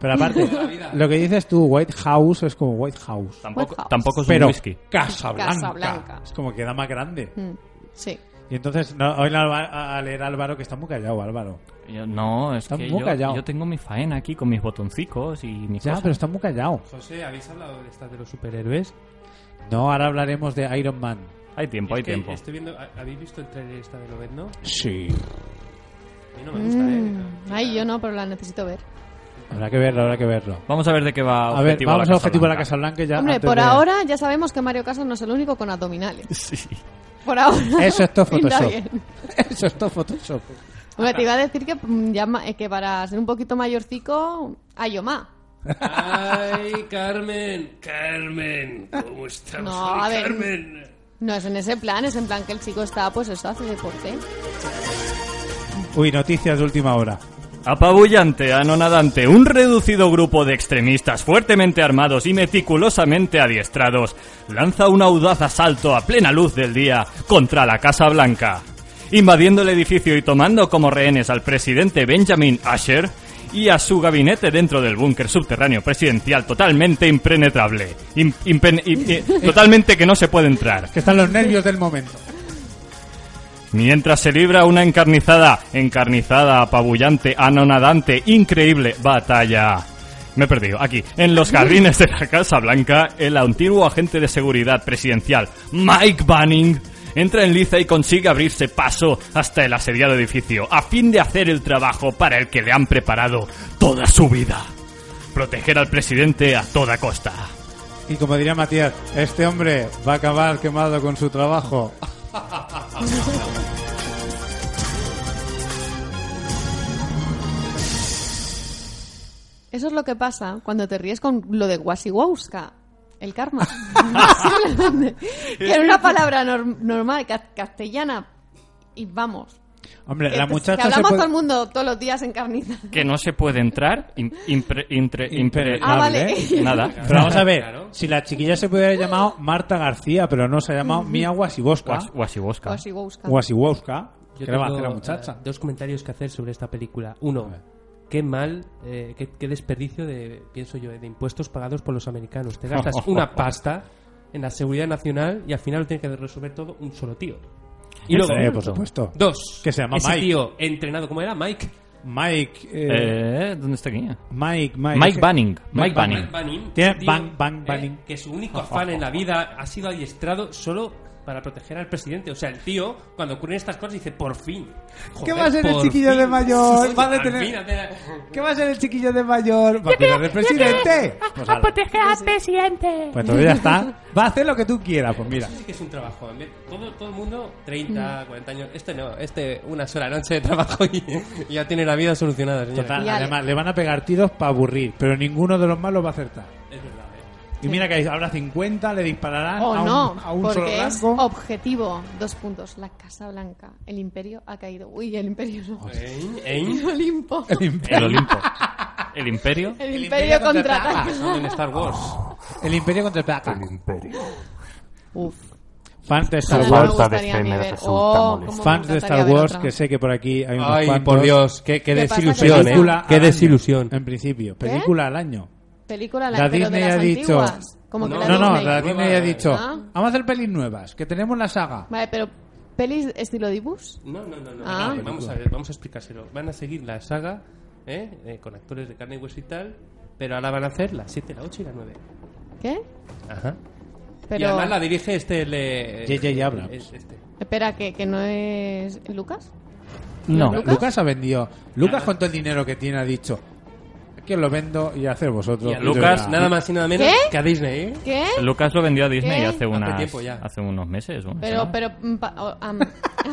S5: Pero aparte, lo que dices tú, White House es como White House.
S7: Tampoco,
S6: White House.
S7: tampoco es
S5: Pero
S7: un whisky.
S5: Casa Blanca.
S6: Casa Blanca.
S5: Es como queda más grande.
S6: Mm, Sí.
S5: Y entonces, no, hoy la va a leer Álvaro, que está muy callado, Álvaro.
S7: Yo- no, es
S5: Está
S7: que
S5: muy
S7: yo,
S5: callado.
S7: yo tengo mi faena aquí con mis botoncicos y mi
S5: Ya,
S7: cosa.
S5: pero está muy callado.
S8: José, ¿habéis hablado de estas de los superhéroes?
S5: No, ahora hablaremos de Iron Man.
S7: Hay tiempo, hay
S8: Es que
S7: tiempo.
S5: este
S8: Estoy viendo, ¿ha- ¿Habéis visto el trailer esta de Lobet, no?
S5: Sí.
S8: A mí no me gusta,
S6: Mm,
S8: ¿eh?
S6: Ay, yo no, pero la necesito ver.
S5: Habrá que verlo, habrá que verlo.
S7: Vamos a ver de qué va
S5: A ver,
S7: objetivo
S5: vamos
S7: la
S5: al objetivo de la
S7: Blanca.
S5: Casa Blanca y ya.
S6: Hombre,
S5: Ah, antes
S6: por
S5: de-
S6: ahora ya sabemos que Mario Casas no es el único con abdominales.
S7: Sí.
S6: Por ahora.
S5: Eso es todo
S6: pinta
S5: Photoshop.
S6: bien.
S5: Eso es todo Photoshop.
S6: Hombre, te iba a decir que, mm, ya ma- eh, que para ser un poquito mayorcico, hay Oma.
S8: Ay, Carmen.
S1: Carmen, ¿cómo estamos?
S6: No,
S1: hoy,
S6: a ver.
S1: Carmen.
S6: No es en ese plan, es en plan que el chico está, pues eso, hace deporte.
S5: Uy, noticias de última hora.
S7: Apabullante, anonadante, un reducido grupo de extremistas fuertemente armados y meticulosamente adiestrados lanza un audaz asalto a plena luz del día contra la Casa Blanca, invadiendo el edificio y tomando como rehenes al presidente Benjamin Asher y a su gabinete dentro del búnker subterráneo presidencial totalmente impenetrable, Im- impen- i- i- totalmente que no se puede entrar.
S5: Que están los nervios del momento.
S7: Mientras se libra una encarnizada, encarnizada, apabullante, anonadante, increíble batalla. Me he perdido. Aquí, en los jardines de la Casa Blanca, el antiguo agente de seguridad presidencial, Mike Banning, entra en liza y consigue abrirse paso hasta el asediado edificio, a fin de hacer el trabajo para el que le han preparado toda su vida. Proteger al presidente a toda costa.
S5: Y como diría Matías, este hombre va a acabar quemado con su trabajo.
S6: Eso es lo que pasa cuando te ríes con lo de Wasiwowska, el karma. Simplemente. que era una palabra norm- normal, ca- castellana. Y vamos.
S5: Hombre,
S6: Que- pues,
S5: la
S6: que
S5: muchacha se
S6: hablamos
S5: puede-
S6: todo el mundo todos los días en carniza.
S7: Que no se puede entrar. im- impre- intre- impre-
S6: Ah, vale. Ah.
S5: ¿eh?
S7: Nada.
S5: Pero vamos a ver,
S8: Claro.
S5: si la chiquilla se pudiera haber llamado Marta García, pero no se ha llamado Mia Wasiwoska.
S7: Guas- guasibosca.
S6: Wasiwowska.
S5: Wasiwoska.
S8: Yo
S5: ¿Qué le va a
S8: tengo,
S5: hacer la
S8: eh,
S5: muchacha?
S8: dos comentarios que hacer sobre esta película. Uno, qué mal, eh, qué, qué desperdicio de, pienso yo, de impuestos pagados por los americanos. Te gastas una pasta en la seguridad nacional y al final lo tiene que resolver todo un solo tío. Y luego,
S5: Eh, por supuesto.
S8: dos,
S5: Que se llama
S8: ese
S5: Mike.
S8: tío entrenado, ¿cómo era? Mike.
S5: Mike, eh,
S7: Eh, ¿Dónde está aquí?
S5: Mike, Mike.
S7: Mike Banning. Mike
S8: Banning.
S7: Banning.
S5: Tiene
S8: tío, eh,
S5: Bang- Bang Banning.
S8: que su único afán en la vida ha sido adiestrado solo para proteger al presidente. O sea, el tío, cuando ocurren estas cosas, dice, por fin.
S5: ¿Qué
S8: Joder,
S5: va a ser el
S8: por
S5: chiquillo
S8: fin.
S5: de mayor?
S8: Oye,
S5: Va a
S8: al
S5: detener-
S8: fin, hacer-
S5: ¿Qué va a ser el chiquillo de mayor? ¿Va a cuidar del presidente? Pues, ala.
S9: presidente.
S5: Pues entonces ya está. Va a hacer lo que tú quieras, pues mira.
S8: Sí que es un trabajo. En vez- Todo, todo el mundo,
S5: Mm.
S8: 30, 40 años. Este no, este una sola noche de trabajo y, y ya tiene la vida solucionada, señora.
S5: Total,
S6: Y ale-
S5: además le van a pegar tiros para aburrir, pero ninguno de los malos va a acertar.
S8: Es verdad, ¿eh?
S5: Y mira que habrá 50, le dispararán
S6: O
S5: Ah, a un,
S6: Oh, no,
S5: a un solo
S6: porque es
S5: blanco.
S6: objetivo. Dos puntos. La Casa Blanca. El imperio ha caído. Uy, el imperio no.
S8: ¿Eh?
S6: El Olimpo. El,
S7: El Olimpo. El Imperio.
S5: contraataca.
S6: imperio contraataca.
S8: Son en Star Wars.
S5: El imperio contra el placa.
S6: Uf.
S5: Fans de Star
S6: Star
S5: Wars.
S6: Wars. Oh,
S5: Fans de Star Wars, que sé que por aquí hay unos
S8: Ay,
S5: cuantos.
S8: por Dios, qué, qué
S6: ¿Qué pasa?
S8: desilusión, ¿eh?
S5: Película
S8: Qué
S5: al año,
S8: desilusión.
S5: En principio,
S6: ¿Eh?
S5: película al año.
S6: Película
S5: La
S6: la, pero
S5: Disney
S6: de las
S5: ha dicho-
S6: antiguas. Como que
S8: No,
S6: la
S5: No, no,
S6: Disney.
S5: la Disney ya ha dicho.
S6: Ah.
S5: Vamos a hacer pelis nuevas, que tenemos la saga.
S6: Vale, pero pelis estilo dibus.
S8: No, no, no, no.
S6: Ah.
S8: no, no, Vamos a ver, vamos a explicárselo. Van a seguir la saga ¿eh? Eh, con actores de carne y hueso y tal, pero ahora van a hacer la 7, la 8 y la 9.
S6: ¿Qué?
S8: Ajá. Y
S6: Pero
S8: además la dirige este... el, eh,
S5: J.J. Abrams.
S8: es- Este.
S6: espera que que no es Lucas.
S7: No.
S5: Lucas, ha vendido. Lucas, con todo el dinero que tiene, ha dicho: que lo vendo y hacer vosotros.
S8: Y a
S5: Yo
S8: Lucas,
S5: ya-
S8: nada más y nada menos
S6: ¿Qué?
S8: que a Disney, ¿eh?
S6: ¿Qué?
S7: Lucas lo vendió a Disney
S6: ¿Qué?
S7: hace,
S6: Hace
S7: unas,
S8: tiempo ya.
S7: hace unos meses. unas
S6: Pero
S7: semanas.
S6: pero mm, pa- o- am-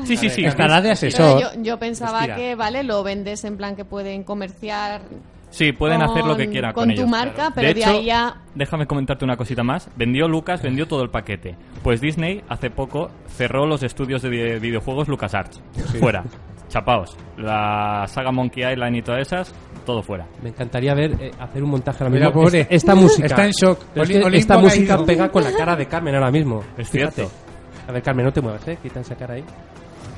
S7: sí, sí, sí.
S5: Estará de
S6: pero
S5: asesor.
S6: yo, yo pensaba
S8: Respira.
S6: que vale lo vendes en plan que pueden comerciar
S7: Sí, pueden
S6: con-
S7: hacer lo que quieran con,
S6: con tu
S7: ellos.
S6: marca,
S7: claro.
S6: pero
S7: de
S6: de
S7: hecho,
S6: ahí ya-
S7: déjame comentarte una cosita más. Vendió Lucas, vendió todo el paquete. Pues Disney hace poco cerró los estudios de vi- videojuegos LucasArts. Fuera. Chapaos. La saga Monkey Island y todas esas, todo fuera.
S8: Me encantaría ver eh, hacer un montaje ahora
S5: Mira,
S8: mismo.
S5: pobre.
S8: Esta, esta música.
S5: Está en shock.
S8: Pero es
S5: Oli-
S8: que
S5: Olimpo
S8: esta
S5: ha
S8: música
S5: caído.
S8: pega con la cara de Carmen ahora mismo.
S7: Es
S8: Fíjate.
S7: cierto.
S8: A ver, Carmen, no te muevas, ¿eh? Quita esa cara ahí.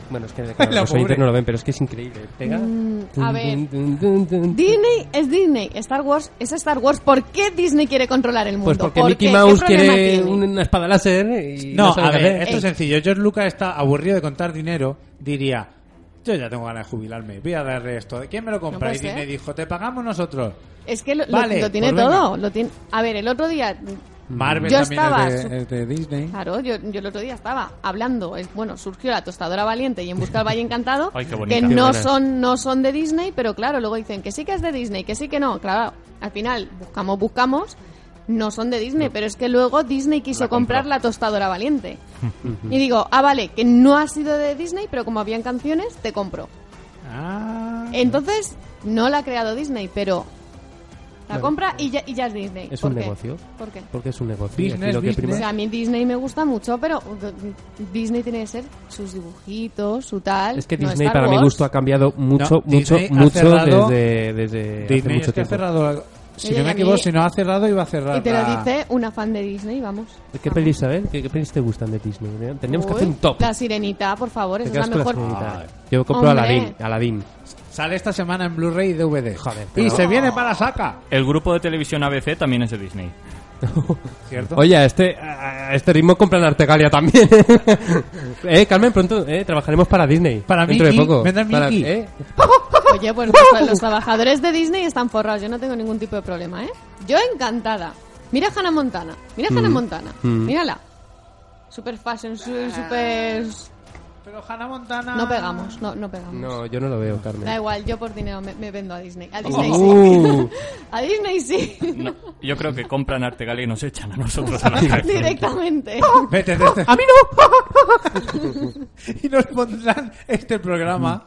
S8: Bueno, es que claro,
S5: La
S8: los oyentes
S5: pobre.
S8: no lo ven, pero es que es increíble. Pega.
S6: mm, a ver.
S8: Dun, dun, dun, dun.
S6: Disney es Disney, Star Wars es Star Wars. ¿Por qué Disney quiere controlar el mundo?
S8: Pues porque
S6: ¿Por
S8: Mickey
S6: qué? ¿Qué
S8: Mouse
S6: problema
S8: quiere
S6: tiene?
S8: una espada láser y
S5: No,
S8: sabe
S5: a
S8: qué
S5: ver,
S8: hacer.
S5: esto es
S6: eh.
S5: sencillo. George Lucas está aburrido de contar dinero. Diría: Yo ya tengo ganas de jubilarme. Voy a darle esto. ¿Quién me lo compra?
S6: puede
S5: y Disney
S6: ser.
S5: dijo: Te pagamos nosotros.
S6: Es que lo, lo-
S5: Vale,
S6: lo tiene
S5: pues venga.
S6: todo. Lo tiene... A ver, el otro día
S8: Mm.
S5: Marvel
S6: Yo
S5: también
S6: estaba Ah.
S5: es,
S6: sup-
S5: de, es de Disney.
S6: Claro, yo, yo el otro día estaba hablando, es, bueno, surgió la tostadora valiente y en busca del Valle Encantado,
S7: Ay, qué bonita.
S6: que
S7: Qué
S6: no
S8: buena.
S6: son, no son de Disney, pero claro, luego dicen que sí que es de Disney, que sí que no. Claro, al final buscamos, buscamos, no son de Disney, pero es que luego Disney quiso
S7: La compró.
S6: comprar la tostadora valiente. y digo, ah, vale, que no ha sido de Disney, pero como habían canciones, te compro.
S5: Ah,
S6: Entonces, no la ha creado Disney, pero la compra y ya, y ya es Disney.
S8: Es
S6: ¿Por
S8: un
S6: qué?
S8: negocio.
S6: ¿Por qué?
S8: Porque es un negocio. y aquí
S5: Business,
S8: lo que
S5: business.
S8: prima-
S6: O sea, a mí Disney me gusta mucho, pero Disney tiene que ser sus dibujitos, su tal.
S8: Es que
S6: no
S8: Disney,
S6: Star
S8: para mi
S6: Wars.
S8: gusto, ha cambiado mucho,
S5: No,
S8: mucho,
S5: Disney ha
S8: mucho
S5: cerrado-
S8: desde, desde hace
S5: Disney
S8: mucho
S5: es que ha
S8: tiempo.
S5: cerrado. Si
S6: Oye,
S5: no me
S6: y a mí-
S5: equivoco, si no ha cerrado, iba a cerrar.
S6: Y te lo
S5: la-
S6: dice una fan de Disney, vamos.
S8: ¿Qué
S6: Vamos.
S8: pelis, a ver? ¿Qué, qué pelis te gustan de Disney? eh? Tendríamos que
S6: Uy,
S8: hacer un top.
S6: La sirenita, por favor,
S8: Te
S6: esa
S8: quedas
S6: es la mejor.
S8: con la sirenita. Yo compro
S6: Hombre.
S8: Aladdin. Aladdin.
S5: Sale esta semana en Blu-ray y DVD.
S8: Joder,
S5: y
S8: pero-
S5: se viene para saca.
S7: El grupo de televisión ABC también es de Disney.
S5: ¿Cierto?
S8: Oye, a este, a a este ritmo compran Artegalia también. eh, Carmen, pronto eh, trabajaremos para Disney.
S5: Para
S8: Dentro de
S5: Mickey,
S8: poco.
S5: vendrán
S8: Para-
S5: Mickey.
S8: eh,
S6: Oye, pues los, los trabajadores de Disney están forrados, yo no tengo ningún tipo de problema, ¿eh? Yo encantada. Mira a Hannah Montana, mira a Hannah Montana,
S8: Mm.
S6: mírala. Super fashion, su- super...
S5: Pero Hannah Montana.
S6: No pegamos, no, no pegamos.
S8: No, yo no lo veo, Carmen.
S6: Da igual, yo por dinero me, me vendo a Disney. A Disney
S8: Uh.
S5: Oh.
S6: sí. a Disney sí.
S7: No, yo creo que compran Artegalia y nos echan a nosotros a la calle.
S6: Directamente.
S5: Vete, vete.
S8: ¡Ah! ¡A mí no!
S5: Y nos pondrán este programa,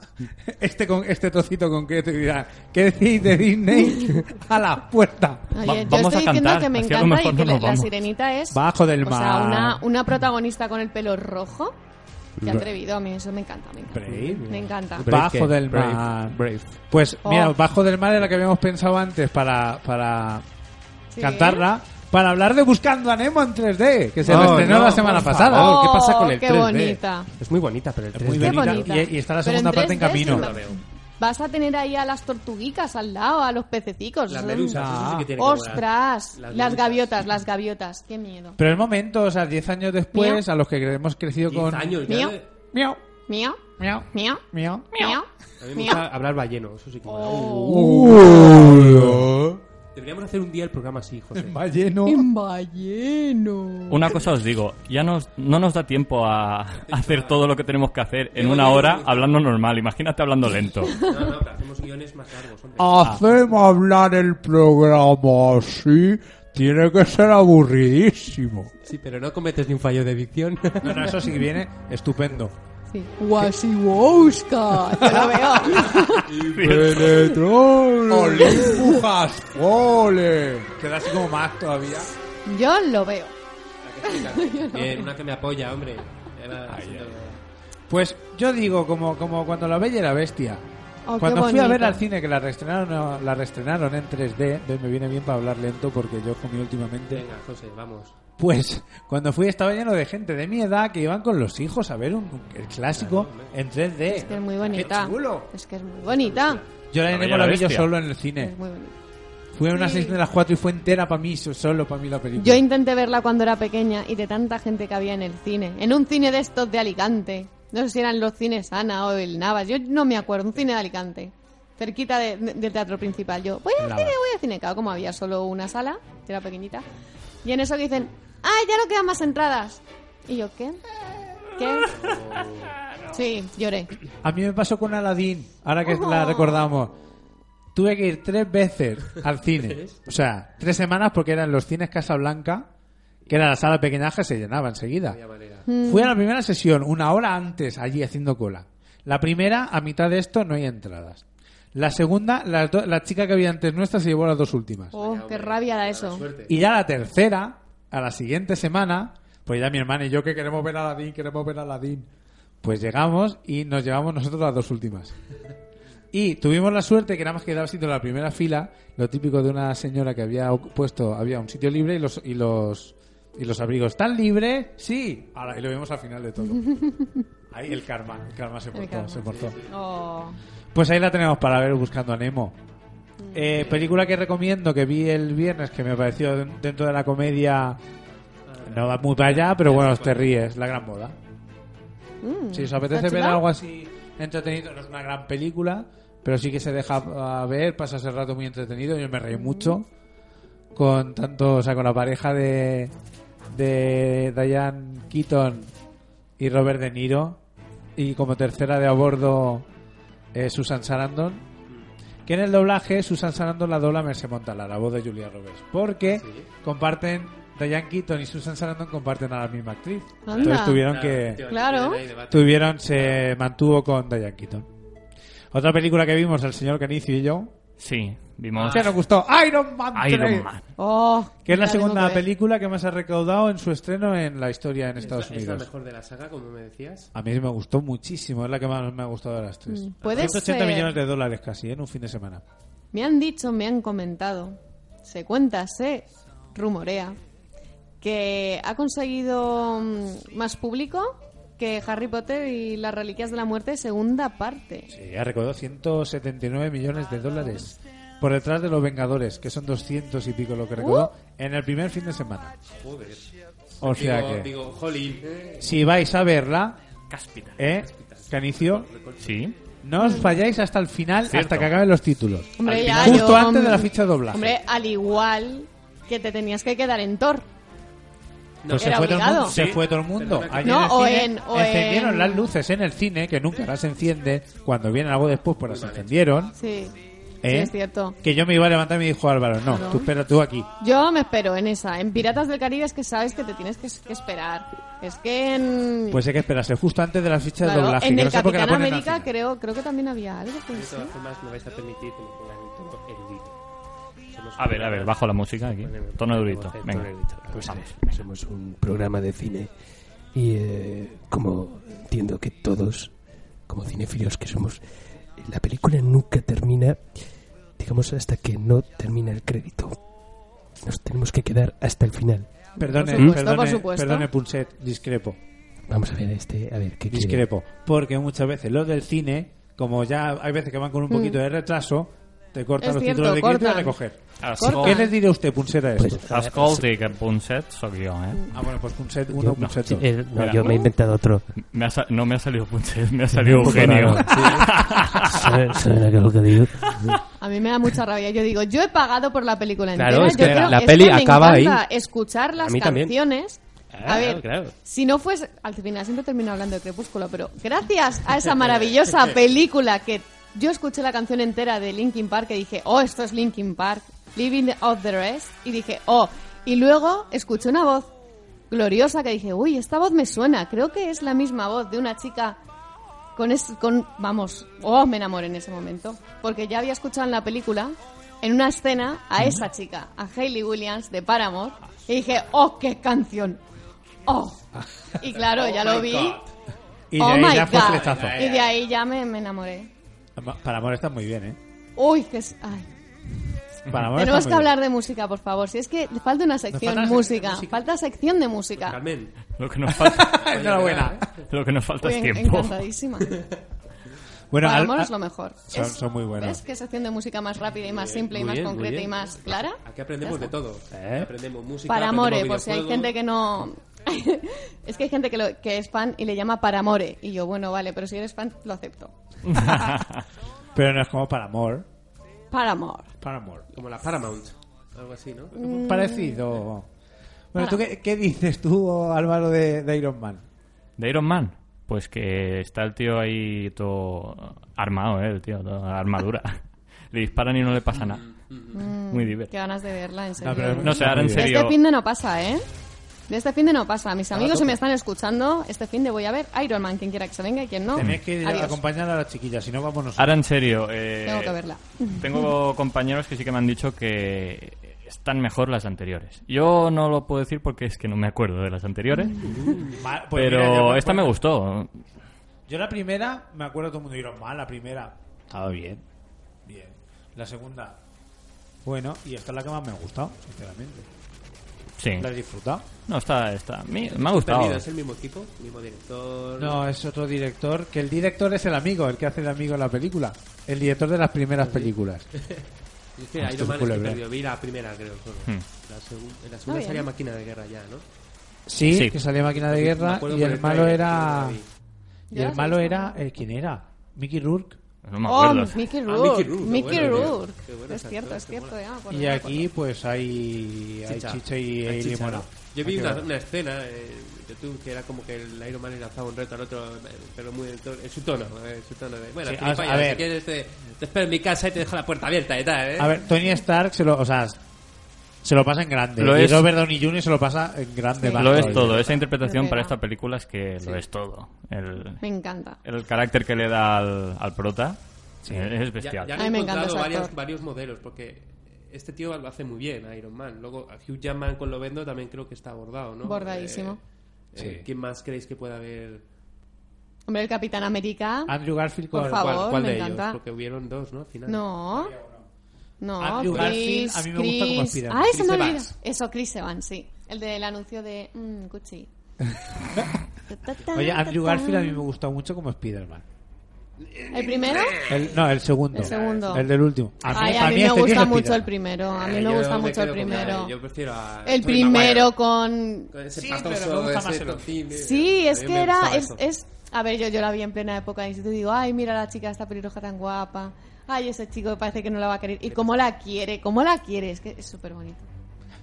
S5: este con este trocito concreto y dirán, ¿qué decís de Disney? A la puerta.
S6: Oye,
S7: Va-
S6: yo
S7: vamos
S6: estoy
S7: a
S6: diciendo
S7: cantar,
S6: que me
S7: así a lo
S6: encanta
S7: mejor no
S6: y que
S7: nos
S6: la, la
S7: vamos.
S6: sirenita es.
S5: Bajo del
S6: o sea,
S5: mar.
S6: una, una protagonista con el pelo rojo. Qué atrevido, a mí eso me encanta, me encanta.
S5: Brave.
S6: Me encanta.
S8: Brave,
S5: Bajo
S8: ¿qué?
S5: del
S8: Brave,
S5: mar. Pues mira,
S6: Oh.
S5: Bajo del mar era la que habíamos pensado antes para, para
S6: Sí.
S5: cantarla. Para hablar de Buscando a Nemo en 3D, que se
S8: No,
S5: estrenó
S8: Oh, no,
S5: la semana
S8: por
S5: pasada.
S8: favor, ¿qué
S6: Oh,
S8: pasa con el
S6: qué
S8: 3D?
S6: bonita.
S8: Es muy bonita, pero el 3D.
S5: muy
S6: Qué
S5: bonita.
S6: bonita.
S5: Y- y está la
S6: Pero
S5: segunda parte en
S6: 3D
S5: camino.
S6: sí lo- Vas a tener ahí a las tortuguicas al lado, a los pececicos.
S8: Las
S6: son-
S8: medusas, eso sí que tiene que
S6: Ostras,
S8: volar.
S6: las,
S8: Ah. Las
S6: gaviotas, las gaviotas, qué miedo.
S5: Pero el momento, o sea, 10 años después,
S6: Mío.
S5: a los que hemos crecido con...
S8: años
S6: ya Mío.
S8: de...
S6: de-
S5: Miau,
S6: Mío,
S5: miau,
S6: mío,
S5: miau.
S6: mío.
S8: A mí me gusta hablar balleno, eso sí que mola.
S6: Oh.
S8: Uh. Deberíamos hacer un día el programa así, José.
S5: Va lleno.
S7: Una cosa os digo, ya nos, no nos da tiempo a hacer todo lo que tenemos que hacer en una hora hablando normal. Imagínate hablando lento.
S8: No, no, pero hacemos guiones más largos, hombre.
S5: Hacemos hablar el programa así. Tiene que ser aburridísimo.
S8: Sí, pero no cometes ni un fallo de dicción.
S5: No, no, eso sí que viene estupendo.
S6: Sí. Guasiwowska, yo lo veo.
S5: Penetrón. Olimpujas. Ole. Queda así como más todavía.
S6: Yo lo veo.
S8: Bien, una que me apoya, hombre. Era-
S5: Pues yo digo, como, como cuando la bella y la bestia.
S6: Oh, qué
S5: cuando fui a ver
S6: bonito.
S5: al cine que la reestrenaron, la reestrenaron en 3D, ve, me viene bien para hablar lento porque yo comí últimamente.
S8: Venga, José, vamos.
S5: Pues cuando fui estaba lleno de gente de mi edad que iban con los hijos a ver un, un- el clásico en 3D.
S6: Es que es muy bonita.
S5: ¡Qué chulo! Eh.
S6: Es que es muy bonita.
S5: Yo
S7: La
S5: la Nemo
S7: Bella
S5: la
S7: la
S5: vi yo
S7: Bestia.
S5: solo en el cine.
S6: Es muy bonita.
S5: Fui a unas seis de las 4 y fue entera para mí, so- solo para mí la película.
S6: Yo intenté verla cuando era pequeña y de tanta gente que había en el cine. En un cine de estos de Alicante. No sé si eran los cines Ana o el Navas. Yo no me acuerdo. Un cine de Alicante. Cerquita de- de- del teatro principal. Yo, voy al
S5: Navas.
S6: cine, voy al cine. Claro, como había solo una sala, que era pequeñita. Y en eso que dicen, ¡ay, ya no quedan más entradas! Y yo, ¿qué? ¿Qué? Sí, lloré.
S5: A mí me pasó con Aladdin, ahora que la recordamos. Tuve que ir tres veces al cine. O sea, tres semanas porque eran los cines Casa Blanca, que era la sala pequeña que se llenaba enseguida. Fui a la primera sesión, una hora antes, allí haciendo cola. La primera, a mitad de esto, no hay entradas. La segunda, las do- la chica que había antes nuestra se llevó las dos últimas.
S6: Oh, qué rabia da eso.
S5: Y ya la tercera, a la siguiente semana, pues ya mi hermana y yo que queremos ver a Aladdin, queremos ver a Aladdin. Pues llegamos y nos llevamos nosotros las dos últimas. Y tuvimos la suerte que nada más quedaba sitio en la primera fila, lo típico de una señora que había ocu- puesto, había un sitio libre y los y los y los abrigos están libres, sí. Ahora, y lo vimos al final de todo. Ahí el karma, el karma se portó,
S6: karma.
S5: se portó.
S6: Oh.
S5: Pues ahí la tenemos para ver buscando a Nemo.
S6: Mm.
S5: Eh, película que recomiendo que vi el viernes que me pareció dentro de la comedia no va muy para allá, pero bueno, te ríes, la gran moda.
S6: Mm,
S5: Si os apetece
S6: ¿está
S5: ver
S6: chula?
S5: algo así entretenido, no es una gran
S6: Mm.
S5: película, pero sí que se deja a ver, pasas el rato muy entretenido, yo me reí mucho. con tanto, o sea, con la pareja de de Diane Keaton y Robert De Niro y como tercera de a bordo eh, Susan Sarandon. Que en el doblaje Susan Sarandon la dobla Merce Montalar, la voz de Julia Roberts, porque comparten Diane Keaton y Susan Sarandon comparten a la misma actriz.
S6: Anda.
S5: Entonces tuvieron que
S6: Claro.
S5: tuvieron se mantuvo con Diane Keaton. Otra película que vimos el señor Canicio y yo
S7: Sí, vimos
S5: que nos gustó Iron Man 3,
S7: Ah. Iron Man.
S6: Oh,
S5: que es la,
S6: tengo
S5: segunda
S6: que ver.
S5: película que más ha recaudado en su estreno en la historia en
S8: Es la-
S5: Estados
S8: Es la
S5: Unidos.
S8: mejor de la saga, como me decías.
S5: A mí me gustó muchísimo, es la que más me ha gustado de las tres.
S6: Mm, puede
S5: 180
S6: ser.
S5: millones de dólares casi ¿eh? en un fin de semana.
S6: Me han dicho, me han comentado, se cuenta, se rumorea, que ha conseguido mm, más público que Harry Potter y las Reliquias de la Muerte segunda parte.
S5: Sí, ha recaudado 179 millones de dólares. Por detrás de los Vengadores, que son 200 y pico lo que recaudó
S6: Uh.
S5: en el primer fin de semana. O sea
S8: digo,
S5: que,
S8: digo, jolín.
S5: si vais a verla,
S7: Cáspita.
S5: ¿eh? Canicio,
S7: Sí.
S5: no
S6: Mm.
S5: os vayáis hasta el final,
S7: Cierto.
S5: hasta que acaben los títulos.
S6: Hombre,
S7: Al
S6: ya,
S5: final. Justo
S6: yo,
S5: antes de la
S6: mm,
S5: ficha de doblaje.
S6: Hombre, al igual que te tenías que quedar en Thor.
S5: Pues se
S6: era
S5: fue, todo el
S6: obligado.
S5: mundo, se
S7: Sí.
S5: fue todo el mundo.
S8: Perdona que-
S5: Allí
S6: No,
S5: en el
S6: o
S5: cine
S6: en- o
S5: encendieron
S6: en-
S5: las luces en el cine, que nunca las enciende. Cuando viene algo después, pues las encendieron.
S6: Sí, sí,
S5: ¿eh?
S6: es cierto.
S5: Que yo me iba a levantar y me dijo Álvaro, no,
S6: Claro.
S5: tú espera tú aquí.
S6: Yo me espero en esa. En Piratas del Caribe es que sabes que te tienes que, que esperar. Es que en...
S5: Pues hay que esperarse justo antes de las fichas
S6: claro,
S5: de doblaje.
S6: en
S5: que
S6: el
S5: no sé por qué la
S6: Capitán
S5: ponen al
S6: América
S5: final.
S6: creo, creo que también había algo.
S8: De
S6: pues,
S8: todas
S6: ¿sí?
S8: formas, me vais a permitir que me pongan un tono erudito. Somos
S7: A ver, a ver, bajo la música aquí.
S8: Poneme-
S7: Tono
S8: poneme
S7: erudito.
S8: voz,
S7: Venga.
S8: tono erudito.
S7: Pues vamos.
S9: eh, Somos un programa de cine y eh, como entiendo que todos, como cinéfilos que somos, la película nunca termina, digamos, hasta que no termina el crédito. Nos tenemos que quedar hasta el final.
S5: Perdone,
S6: Por supuesto,
S5: perdone,
S6: por supuesto.
S5: perdone, Pulset, discrepo.
S9: Vamos a ver este, a ver, ¿qué quiere?
S5: Discrepo. Porque muchas veces los del cine, como ya hay veces que van con un poquito de retraso, te cortan
S6: Mm. Es
S5: los
S6: cierto,
S5: títulos de quinta a
S6: cortan.
S5: recoger.
S6: Corta.
S5: ¿Qué les diría usted, Pulseta, de esto?
S9: Pues, a ver,
S7: Ascolti que punset soc jo, eh?
S5: Ah, bueno, pues Pulset
S9: yo-
S5: 1,
S9: no,
S5: Pulset
S9: sí,
S5: 2.
S9: eh, no, yo me he inventado otro.
S7: Me ha sa- no me ha salido punset, me ha salido
S9: Un poco
S7: Eugenio.
S9: raro, sí. ¿Saben- saben a qué es lo que digo?
S6: A mí me da mucha rabia. Yo digo, yo he pagado por la película entera.
S9: Claro, es
S6: yo
S9: que
S6: quiero-
S9: la
S6: es
S9: peli
S6: que me
S9: acaba
S6: encanta
S9: ahí.
S6: Escuchar las
S9: A mí también.
S6: canciones. a
S9: Ah,
S6: ver,
S9: claro.
S6: si no fuese... Al final siempre termino hablando de Crepúsculo, pero gracias a esa maravillosa película que yo escuché la canción entera de Linkin Park que dije, oh, esto es Linkin Park, Living of the Rest, y dije, oh. Y luego escuché una voz gloriosa que dije, uy, esta voz me suena. Creo que es la misma voz de una chica con es, con vamos, oh, me enamoré en ese momento, porque ya había escuchado en la película en una escena a esa chica, a Hayley Williams de Paramore, y dije, "Oh, qué canción." Oh. Y claro,
S8: Oh
S6: ya lo vi.
S5: Y de
S6: oh
S5: ahí
S6: my
S5: ya fue
S6: God.
S5: flechazo.
S6: Y de ahí ya me, me enamoré.
S5: Para amor está muy bien, ¿eh?
S6: Uy, que es- ay.
S5: Para amor
S6: Tenemos
S5: está
S6: que
S5: muy bien.
S6: hablar de música, por favor. Si es que falta una sección
S5: falta la sección
S6: música, falta sección de música.
S8: Carmen,
S7: Lo que nos falta,
S5: Enhorabuena.
S7: lo que nos falta es
S6: Estoy en-
S7: tiempo.
S6: encantadísima.
S5: Bueno,
S6: Para
S5: al-
S6: amor
S5: a-
S6: es lo mejor.
S5: son-
S6: Es-
S5: son muy buenos.
S6: ¿Ves qué sección de música más rápida y más simple y
S8: muy
S6: más
S8: bien, muy
S6: concreta y
S8: bien.
S6: más clara?
S8: aquí aprendemos de todo.
S5: ¿Eh?
S8: Aprendemos música,
S6: Paramore,
S8: aprendemos
S6: por si hay
S8: videojuegos.
S6: gente que no... es que hay gente que, lo- que es fan y le llama Paramore. Y yo, bueno, vale, pero si eres fan, lo acepto.
S5: Pero no es como para amor.
S6: Paramore.
S5: Para amor.
S8: Como la Paramount. Algo así, ¿no?
S5: Parecido. Bueno, ¿tú qué, qué dices tú, Álvaro, de, de Iron Man?
S7: ¿De Iron Man? Pues que está el tío ahí todo armado, ¿eh? El tío, toda armadura. Le disparan y no le pasa nada. Muy
S6: Qué
S7: divertido.
S6: ganas de verla, en serio.
S5: No, pero-
S7: No sé, ahora en
S5: De
S6: De
S7: serio...
S6: este fin de no pasa, ¿eh? De este fin de no pasa. Mis amigos se me están escuchando. Este fin de voy a ver Iron Man, quien quiera que se venga y quien no.
S5: Tenéis que
S6: Adiós.
S5: acompañar a las chiquillas, si no, vámonos.
S7: Ahora en serio, eh,
S6: Tengo que verla.
S7: Tengo compañeros que sí que me han dicho que están mejor las anteriores. Yo no lo puedo decir porque es que no me acuerdo de las anteriores,
S6: Mm.
S5: Ma- pues
S7: Ah, pero
S5: mira, yo
S7: esta me gustó.
S5: Yo la primera, me acuerdo todo el mundo Iron Man, la primera. Estaba bien. Bien. La segunda. Bueno, y esta es la que más me ha gustado, sinceramente.
S7: Sí.
S5: ¿La he disfrutado?
S7: No, está, está. Me, me ha
S8: Perdido,
S7: gustado.
S8: es el mismo equipo, mismo director.
S5: No, es otro director, que el director es el amigo, el que hace de amigo en la película. El director de las primeras películas.
S8: Y es que
S9: Este
S5: Ah, esto
S8: Iron Man
S5: es
S8: es que
S5: culebra.
S8: perdió. Vi la primera, creo. solo.
S7: Hmm.
S8: La, segun- en la
S6: Ah,
S8: segunda
S6: bien.
S8: sería Máquina de Guerra ya, ¿no?
S5: Sí,
S7: Sí.
S5: que salía Máquina de
S8: Me
S5: Guerra
S8: acuerdo
S5: y
S8: por
S5: el
S8: el
S5: malo
S8: tráiler,
S5: era...
S8: yo no la
S5: Y
S6: Yo
S5: el
S6: las he
S5: malo
S6: visto.
S5: era... eh, ¿Quién era? Mickey Rourke.
S7: No me
S6: Oh,
S7: acuerdo.
S6: Mickey
S10: Ah, Mickey
S6: Rourke.
S10: Rourke, qué
S6: Mickey
S10: bueno, tío.
S6: Rourke.
S10: Qué bueno
S6: es
S10: ese
S6: cierto,
S10: actor,
S6: es
S10: qué bueno.
S6: cierto. ya me acuerdo.
S5: Y aquí, pues hay, hay
S10: Chicha.
S5: chicha y Ah,
S10: Hay
S5: hay
S10: chicha,
S5: limona.
S10: ¿no? Yo vi
S5: Hay que
S10: una,
S5: ver.
S10: una escena eh, en YouTube que era como que el Iron Man le lanzaba un reto al otro, eh, pero muy en, tono- en su tono. eh, En su tono de, bueno,
S5: Sí,
S10: gilipollas,
S5: a- a ver.
S10: si quieres te, te espero en mi casa y te dejo la puerta abierta y tal, ¿eh?
S5: A ver, Tony Stark se lo, o sea, se lo pasa en grande.
S7: Lo
S5: y
S7: es.
S5: Robert Downey Jr. se lo pasa en grande. más
S7: Lo es
S5: todavía.
S7: todo. ¿eh? Esa interpretación
S6: Pega.
S7: para esta película es que lo es todo. El,
S6: Me encanta.
S7: el carácter que le da al, al prota eh, es
S10: Ya,
S7: bestial.
S10: ya
S6: A
S10: han
S6: mí me encanta
S10: encontrado
S6: ese
S10: varios,
S6: actor.
S10: varios modelos, porque este tío lo hace muy bien, Iron Man. Luego, a Hugh Jackman con Lovendo también creo que está abordado, ¿no?
S6: Bordadísimo.
S10: Eh, eh, ¿Quién más creéis que pueda haber?
S6: Hombre, el Capitán América.
S5: Andrew Garfield
S6: Por
S5: con-
S6: favor.
S10: ¿Cuál, cuál
S6: me
S10: de
S6: encanta.
S10: ellos? Porque hubieron dos, ¿no? Al final.
S6: No. No,
S5: Andrew
S6: Chris,
S5: Garfield, a mí me gusta como
S6: Chris-
S5: Spiderman.
S6: Ah, ese
S10: Chris
S6: me olvida.
S10: Evans.
S6: Eso, Chris Evans, sí. El del anuncio de mm, Gucci.
S5: Oye, Andrew Garfield a mí me gusta mucho como Spider-Man.
S6: ¿El primero?
S5: El- no, el segundo.
S6: El segundo.
S5: El del último. A mí,
S6: Ay, a
S5: a
S6: mí
S5: mí
S6: me
S5: este tío
S6: gusta
S5: es
S6: mucho el
S5: Spiderman.
S6: primero. A
S10: Eh,
S6: mí me
S10: yo
S6: gusta
S10: me
S6: mucho el
S10: quedo con-
S6: primero.
S10: Yo prefiero a
S6: El
S10: Tobey Maguire.
S6: primero con...
S10: Con ese
S5: Sí,
S10: pastoso,
S5: pero me gusta
S10: ese
S5: más el otro.
S10: tocino.
S6: Sí,
S10: A
S6: es
S10: mí
S6: que
S10: me
S6: era...
S10: gustaba
S6: Es,
S10: eso.
S6: es- A ver, yo, yo la vi en plena época de instituto y digo, ay, mira la chica, esta pelirroja tan guapa. Ay, ese chico parece que no la va a querer. Y cómo la quiere, cómo la quiere. Es que es súper bonito.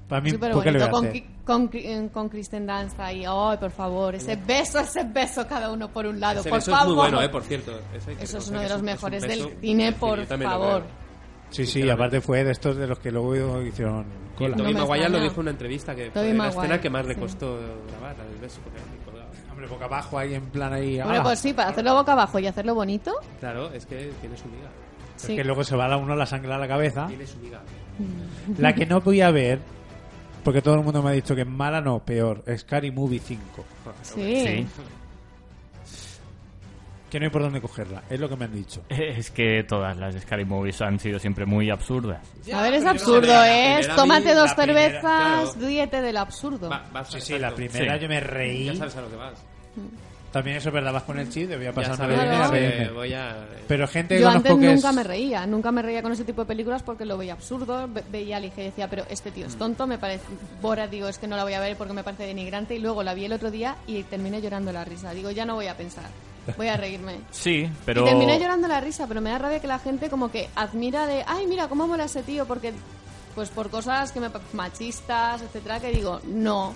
S5: Para mí,
S6: Súper
S5: ¿por qué le voy
S6: bonito.
S5: a
S6: Con,
S5: hacer?
S6: Ki- con, Ki- eh, con Kristen Dunst ahí. Ay, por favor, ese beso, ese beso cada uno por un lado.
S10: Ese
S6: por
S10: beso es
S6: favor.
S10: muy bueno, eh, por cierto. Ese hay que
S6: Eso es
S10: reconocer
S6: uno
S10: que
S6: de los
S10: un- es un
S6: mejores
S10: beso
S6: del cine,
S10: que yo
S6: por
S10: también lo
S6: favor.
S10: veo.
S5: Sí, sí, aparte fue de estos de los que luego hicieron cola.
S6: No
S10: Tobey Maguire
S6: me
S10: lo
S6: extraña.
S10: dijo en una entrevista que
S6: Tobey
S10: fue la
S6: Maguire,
S10: escena que más le
S6: sí.
S10: costó grabar, la del beso, porque era muy colgado.
S5: Hombre, boca abajo ahí en plan ahí. ah,
S6: Hombre,
S5: ¡ala!
S6: pues sí, para hacerlo boca abajo y hacerlo bonito.
S10: Claro, es que tiene su liga.
S5: Es
S6: sí.
S5: que luego se va a la uno la sangre a la cabeza.
S10: Tiene su liga.
S6: Mm.
S5: La que no voy a ver, porque todo el mundo me ha dicho que es mala, no, peor, es Scary Movie 5.
S6: Sí.
S7: Sí.
S5: Que no hay por dónde cogerla, es lo que me han dicho.
S7: Es que todas las Scary Movies han sido siempre muy absurdas.
S6: A ver, es
S10: pero yo
S6: absurdo,
S10: la
S6: ¿eh?
S10: primera
S6: Es
S10: vi,
S6: Tómate
S10: la
S6: dos
S5: primera,
S6: cervezas,
S10: claro.
S6: ríete del absurdo.
S10: Va- vas
S5: Sí,
S10: a-
S5: sí, la
S10: exacto.
S5: primera
S7: Sí.
S5: yo me
S10: Ya
S5: reí.
S10: sabes a lo que vas.
S5: También eso es verdad, vas con el chip, debía
S10: Ya
S5: pasar una
S10: sabes
S5: vez.
S6: Claro.
S5: a
S10: que
S5: reírme.
S10: voy a...
S5: Pero gente que
S6: Yo
S5: conozco
S6: antes
S5: que
S6: nunca
S5: es-
S6: me reía, nunca me reía con ese tipo de películas porque lo veía absurdo, ve- veía ligera y decía, pero este tío es tonto, me parece, Bora digo, es que no la voy a ver porque me parece denigrante y luego la vi el otro día y terminé llorando la risa, digo, ya no voy a pensar, voy a reírme.
S7: Sí, pero...
S6: Y terminé llorando la risa, pero me da rabia que la gente como que admira de, ay, mira, cómo mola ese tío, porque, pues por cosas que me, pa- machistas, etcétera, que digo, no.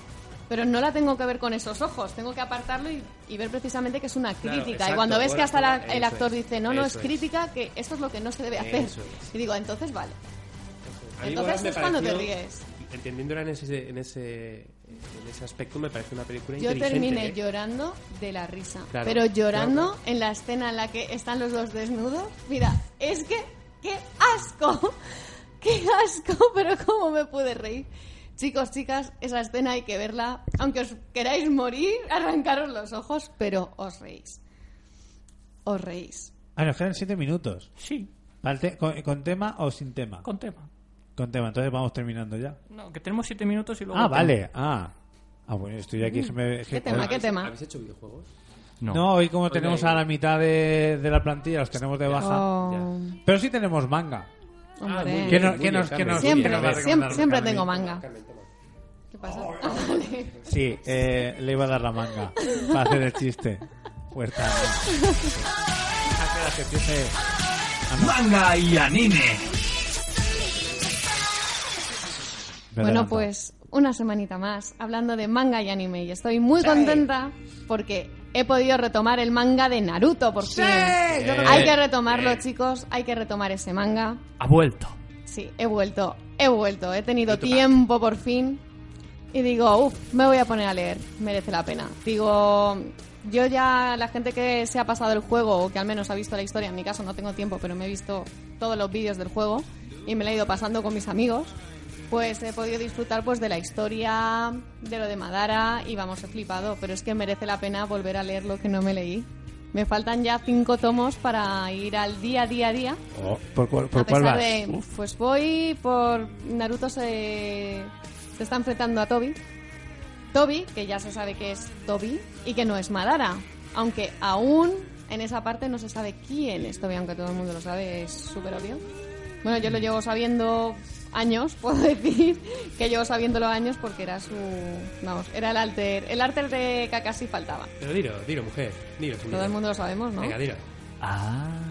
S6: Pero no la tengo que ver con esos ojos, tengo que apartarlo y, y ver precisamente que es una
S10: Claro,
S6: crítica. y
S10: exacto,
S6: cuando ves que
S10: buena
S6: hasta la-
S10: forma,
S6: el
S10: eso
S6: actor
S10: es,
S6: dice, no, no, es
S10: eso es.
S6: crítica, que esto es lo que no se debe hacer.
S10: Eso es.
S6: Y digo, entonces vale.
S10: A mí
S6: Entonces
S10: Borat me
S6: es cuando te
S10: pareció-
S6: ríes.
S10: Entendiéndola en ese, en ese, en ese aspecto, me parece una película
S6: Yo
S10: inteligente.
S6: terminé
S10: ¿eh?
S6: llorando de la risa.
S10: Claro,
S6: pero llorando
S10: claro,
S6: en la escena en la que están los dos desnudos. Mira, es que, qué asco. Qué asco, pero cómo me pude reír. Chicos, chicas, esa escena hay que verla. Aunque os queráis morir, arrancaros los ojos, pero os reís. Os reís.
S5: Ah, nos quedan siete minutos.
S7: Sí,
S5: Vale, te- con, con tema o sin tema?
S7: con tema.
S5: Con tema, entonces vamos terminando ya.
S7: No, que tenemos siete minutos y luego...
S5: Ah,
S7: tema.
S5: vale. Ah. Ah, bueno, estoy aquí. que me-
S6: Mm. ¿Qué
S5: que-
S6: tema? ¿Qué
S10: ¿Habéis-
S6: tema?
S10: ¿Habéis hecho videojuegos?
S7: No.
S5: No, hoy como tenemos a la mitad de, de la plantilla, los tenemos de baja.
S6: Oh,
S5: Pero sí tenemos manga.
S6: hombre.
S10: Ah, muy bien.
S5: ¿Qué, no- qué
S10: bien,
S5: nos, qué
S10: Carmen,
S5: nos-
S10: muy
S5: qué
S6: Siempre,
S5: nos va a
S6: siempre,
S5: recomendar
S6: siempre
S5: Carmen?
S6: tengo manga.
S10: Carmen, toma.
S6: ¿Qué pasa? Ah, vale.
S5: Sí, eh, le iba a dar la manga para hacer el chiste. Pues también. Espera, que empiece.
S11: Manga y anime.
S5: Me
S6: Bueno,
S5: adelanto.
S6: pues una semanita más hablando de manga y anime y estoy muy contenta porque he podido retomar el manga de Naruto por fin. Hay que retomarlo, chicos, hay que retomar ese manga.
S7: Ha vuelto.
S6: Sí, he vuelto, he vuelto, he tenido tiempo por fin y digo, uff, me voy a poner a leer, merece la pena. Digo, yo ya, la gente que se ha pasado el juego o que al menos ha visto la historia, en mi caso no tengo tiempo, pero me he visto todos los vídeos del juego y me la he ido pasando con mis amigos, pues he podido disfrutar pues de la historia, de lo de Madara y vamos, he flipado, pero es que merece la pena volver a leer lo que no me leí. Me faltan ya cinco tomos para ir al día, día, día
S5: Oh, ¿Por, cuál- por
S6: a
S5: cuál vas?
S6: pesar de- pues voy por Naruto se, se está enfrentando a Tobi. Tobi, que ya se sabe que es Tobi y que no es Madara, aunque aún en esa parte no se sabe quién es Tobi, aunque todo el mundo lo sabe, es súper obvio. Bueno, yo lo llevo sabiendo años, puedo decir que llevo sabiéndolo años porque era su, vamos, era el alter, el alter de Kakashi faltaba.
S10: Pero dilo, dilo, mujer. Dilo,
S6: Todo el mundo lo sabemos, ¿no?
S10: Venga, dilo.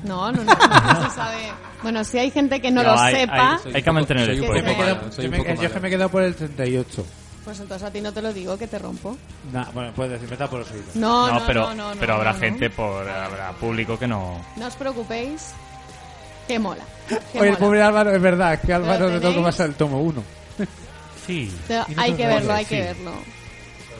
S6: No, no, no, no se sabe. Bueno, si hay gente que no,
S7: Ah. No,
S6: lo
S7: hay-
S6: sepa,
S7: hay- hay que mantener el
S5: Yo
S7: fuego.
S5: me he quedado-
S7: Malo, soy
S5: yo
S7: un
S5: me-
S7: poco
S5: Yo es que
S7: malo.
S5: me he quedado por el 38.
S6: pues entonces a ti no te lo digo, que te rompo.
S5: Nah, bueno, puedes decir, me está por los oídos.
S6: No, no,
S7: pero,
S6: no, no, no,
S7: pero habrá
S6: no, no.
S7: gente, por habrá público que no.
S6: No os preocupéis, que mola. que
S5: Oye, el
S6: mola.
S5: pobre Álvaro, es verdad, es que
S6: Pero
S5: Álvaro le toca
S6: tenéis-
S5: más al tomo 1.
S7: Sí.
S6: Pero hay que verlo, hay que verlo.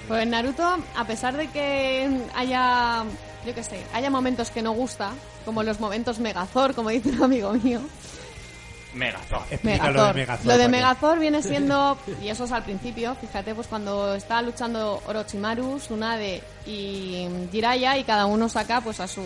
S6: Pues Naruto, a pesar de que haya, yo qué sé, haya momentos que no gusta, como los momentos Megazord, como dice un amigo mío.
S7: Megazord.
S5: Explica lo de Megazord.
S6: Lo de
S5: Paco.
S6: Megazord viene siendo, y eso es al principio, fíjate, pues cuando está luchando Orochimaru, Tsunade y Jiraiya, y cada uno saca pues a su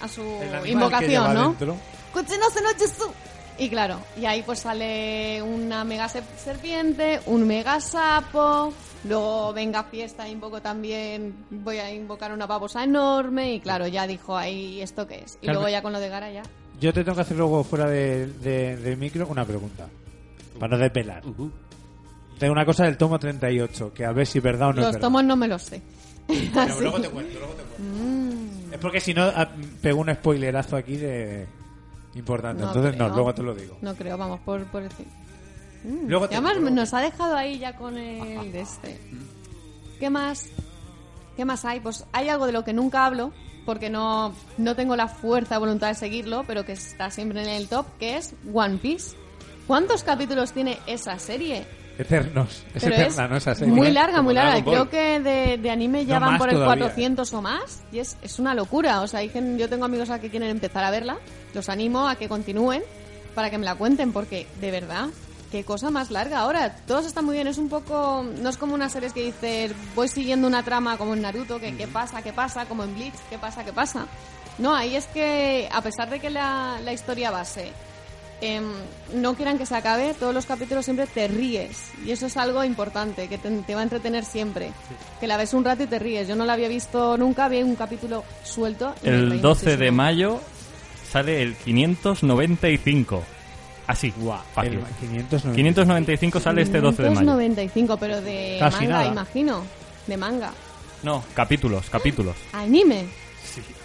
S6: a su
S5: El animal que lleva
S6: invocación, ¿no?
S5: dentro.
S6: Kuchinose no jutsu. Y claro, y ahí pues sale una mega se- serpiente, un mega sapo, luego venga fiesta, invoco también, voy a invocar una babosa enorme y claro, ya dijo ahí esto qué es. Y
S5: Carmen-
S6: luego ya con lo de Gara ya.
S5: Yo te tengo que hacer luego fuera de- de- del micro una pregunta. Para no desvelar. Tengo una cosa del tomo 38, que a ver si es verdad o no es
S6: Los
S5: verdad.
S6: tomos no me los sé.
S5: Pero
S6: Así. Mm.
S5: luego te cuento, luego te cuento. Es porque si no, ah, pego un spoilerazo aquí de... Importante,
S6: No
S5: entonces no,
S6: creo.
S5: luego te lo digo.
S6: No creo, vamos, por, por el fin. Mm,
S5: Luego
S6: y
S5: te-
S6: además
S5: luego
S6: nos ha dejado ahí ya con el de este. ¿Qué más? ¿Qué más hay? Pues hay algo de lo que nunca hablo, porque no, no tengo la fuerza o voluntad de seguirlo, pero que está siempre en el top, que es One Piece. ¿Cuántos capítulos tiene esa serie?
S5: Eternos. Es
S6: Pero
S5: eterna,
S6: es
S5: ¿no? Esa serie.
S6: Muy larga,
S5: Como
S6: muy larga.
S5: Dragon Ball.
S6: Creo que de, de anime ya
S5: No,
S6: van
S5: más
S6: por el
S5: todavía,
S6: 400 o más. Y es, es una locura. O sea, hay gen- yo tengo amigos a que quieren empezar a verla. Los animo a que continúen para que me la cuenten, porque de verdad, qué cosa más larga. Ahora, todos están muy bien. Es un poco. No es como unas series que dices, voy siguiendo una trama como en Naruto, que qué pasa, qué pasa, como en Bleach, qué pasa, qué pasa. No, ahí es que, a pesar de que la, la historia base em, no quieran que se acabe, todos los capítulos siempre te ríes. Y eso es algo importante, que te, te va a entretener siempre. Que la ves un rato y te ríes. Yo no la había visto nunca, vi un capítulo suelto. y me reí
S7: El 12 de
S6: muchísimo.
S7: mayo sale el 595. Así, guau, fácil.
S5: El 595.
S7: 595 sale este 12 de mayo.
S6: 95, pero de
S7: Casi
S6: manga,
S7: nada.
S6: imagino. De manga.
S7: No, capítulos, capítulos.
S6: ¿Anime?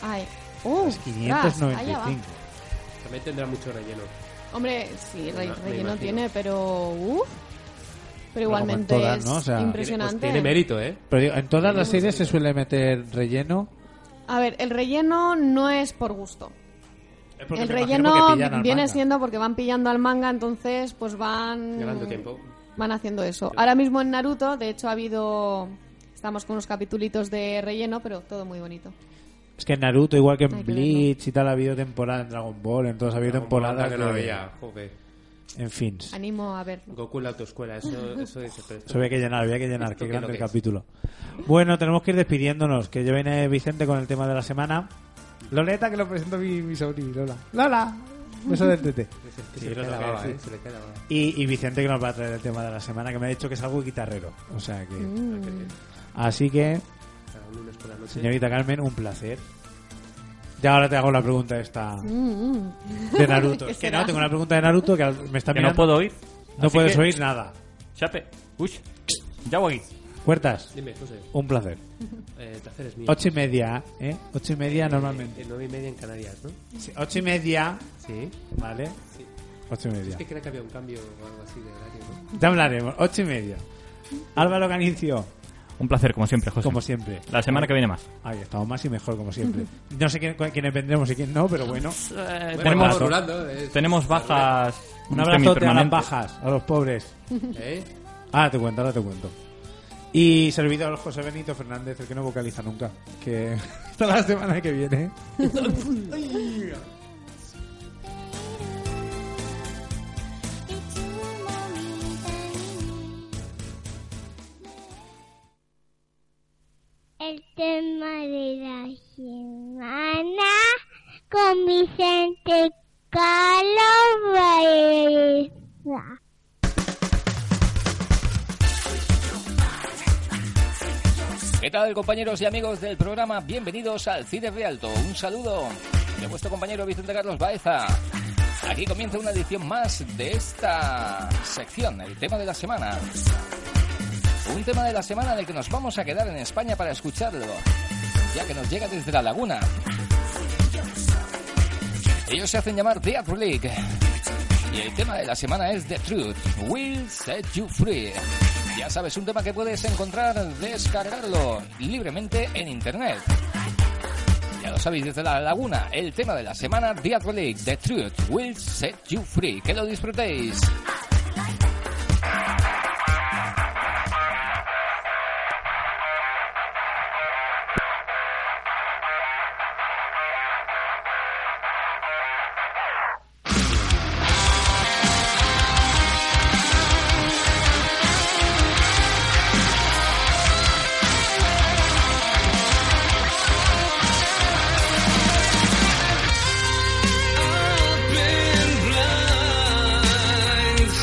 S6: Ay. Uh, ostras, Ah, allá va.
S10: También tendrá mucho relleno.
S6: Hombre, sí, re-
S10: Me
S6: relleno
S10: imagino.
S6: tiene, pero... uf.
S5: Pero como en
S6: pero
S7: pues
S6: igualmente
S5: todas,
S6: es
S5: ¿no? O sea,
S6: impresionante.
S10: ¿eh?
S5: Pero digo, en todas las series se suele meter relleno.
S6: A ver, el relleno no es por gusto.
S5: porque
S6: el
S5: me imagino
S6: relleno
S5: que pillan al
S6: viene
S5: manga.
S6: siendo porque van pillando al manga, entonces pues van...
S10: Ganando tiempo.
S6: Van haciendo eso. Ahora mismo en Naruto, de hecho ha habido... Estamos con unos capitulitos de relleno, pero todo muy bonito.
S5: Es que en Naruto, igual que en
S6: Hay que
S5: Bleach y tal, ha habido temporada en Dragon Ball, entonces ha habido temporada
S10: temporada que no había, joder.
S5: En fin,
S6: Animo a verlo.
S10: Goku en la autoescuela, eso, eso es. pero esto-
S5: eso había que llenar, había que llenar,
S10: Esto
S5: qué
S10: que
S5: grande
S10: lo
S5: el
S10: que es.
S5: capítulo. Bueno, tenemos que ir despidiéndonos, que ya viene Vicente con el tema de la semana. Loleta, que lo presento a mi, mi sobrino, Lola. ¡Lola! Beso del tete.
S10: Se le cae la baba, ¿eh? Se le cae la baba.
S5: Y, y Vicente que nos va a traer el tema de la semana, que me ha dicho que es algo guitarrero. O sea que...
S6: Mm.
S10: Ah,
S5: Así que,
S10: Cada lunes por la noche.
S5: señorita Carmen, un placer. Ya ahora te hago la pregunta esta
S6: Mm, mm.
S5: de Naruto.
S6: ¿Qué
S5: Es que
S6: será?
S5: no, tengo una pregunta de Naruto que al- me está
S7: Que no
S5: mirando.
S7: puedo oír.
S5: No
S7: así
S5: puedes
S7: que-
S5: oír nada.
S7: Chape, uy, ya voy.
S5: Puertas,
S10: Dime, José.
S5: un placer.
S10: Eh, placer es mío.
S5: Ocho y media, ¿eh? Ocho y media normalmente.
S10: Eh, nueve y media en Canarias, ¿no?
S5: Sí, ocho y media,
S10: Sí.
S5: ¿vale? Ocho y
S10: Es
S5: media.
S10: que creo que había un cambio o algo así de horario, ¿no?
S5: Ya hablaremos, ocho y media. Álvaro Canicio,
S7: Un placer, como siempre, José.
S5: como siempre.
S7: Pues La semana que viene más.
S5: Ahí estamos más y mejor, como siempre. No sé quién- cu- quiénes vendremos y quién no, pero bueno.
S7: Eh,
S10: Bueno,
S7: tenemos,
S10: vamos rulando, eh,
S7: tenemos bajas.
S5: Un abrazote a las
S7: semipermanentes.
S5: bajas, a los pobres.
S10: ¿Eh?
S5: Ah, te cuento, ahora te cuento. Y servidor José Benito Fernández, el que no vocaliza nunca. Que hasta la semana que viene.
S12: El tema de la semana con Vicente Carlos Baeza.
S13: ¿Qué tal compañeros y amigos del programa? Bienvenidos al CIDES de Alto. Un saludo de vuestro compañero Vicente Carlos Baeza. Aquí comienza una edición más de esta sección, el tema de la semana. Un tema de la semana en el que nos vamos a quedar en España para escucharlo, ya que nos llega desde la laguna.
S8: Ellos se hacen llamar Teatro League. Y el tema de la semana es The Truth, Will Set You Free. Ya sabes, un tema que puedes encontrar, descargarlo libremente en internet. Ya lo sabéis desde la laguna, el tema de la semana, Teatro League, The Truth, Will Set You Free. Que lo disfrutéis.
S13: I've been blind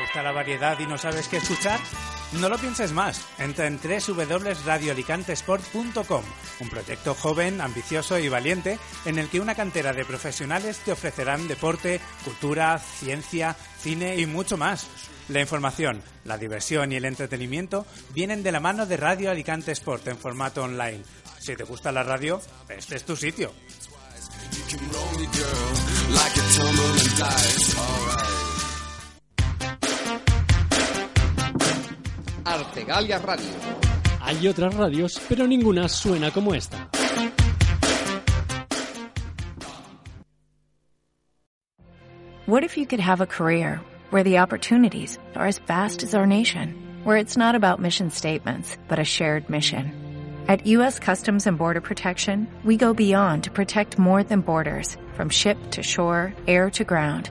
S5: gusta la variedad y no sabes qué escuchar? No lo pienses más. Entra en www.radioalicantesport.com, un proyecto joven, ambicioso y valiente en el que una cantera de profesionales te ofrecerán deporte, cultura, ciencia, cine y mucho más. La información, la diversión y el entretenimiento vienen de la mano de Radio Alicante Sport en formato online. Si te gusta la radio, este es tu sitio.
S13: Artegalia Radio.
S8: Hay otras radios, pero ninguna suena como esta.
S6: What if you could have a career where the opportunities are as vast as our nation, where it's not about mission statements, but a shared mission? At U.S. Customs and Border Protection, we go beyond to protect more than borders from ship to shore, air to ground.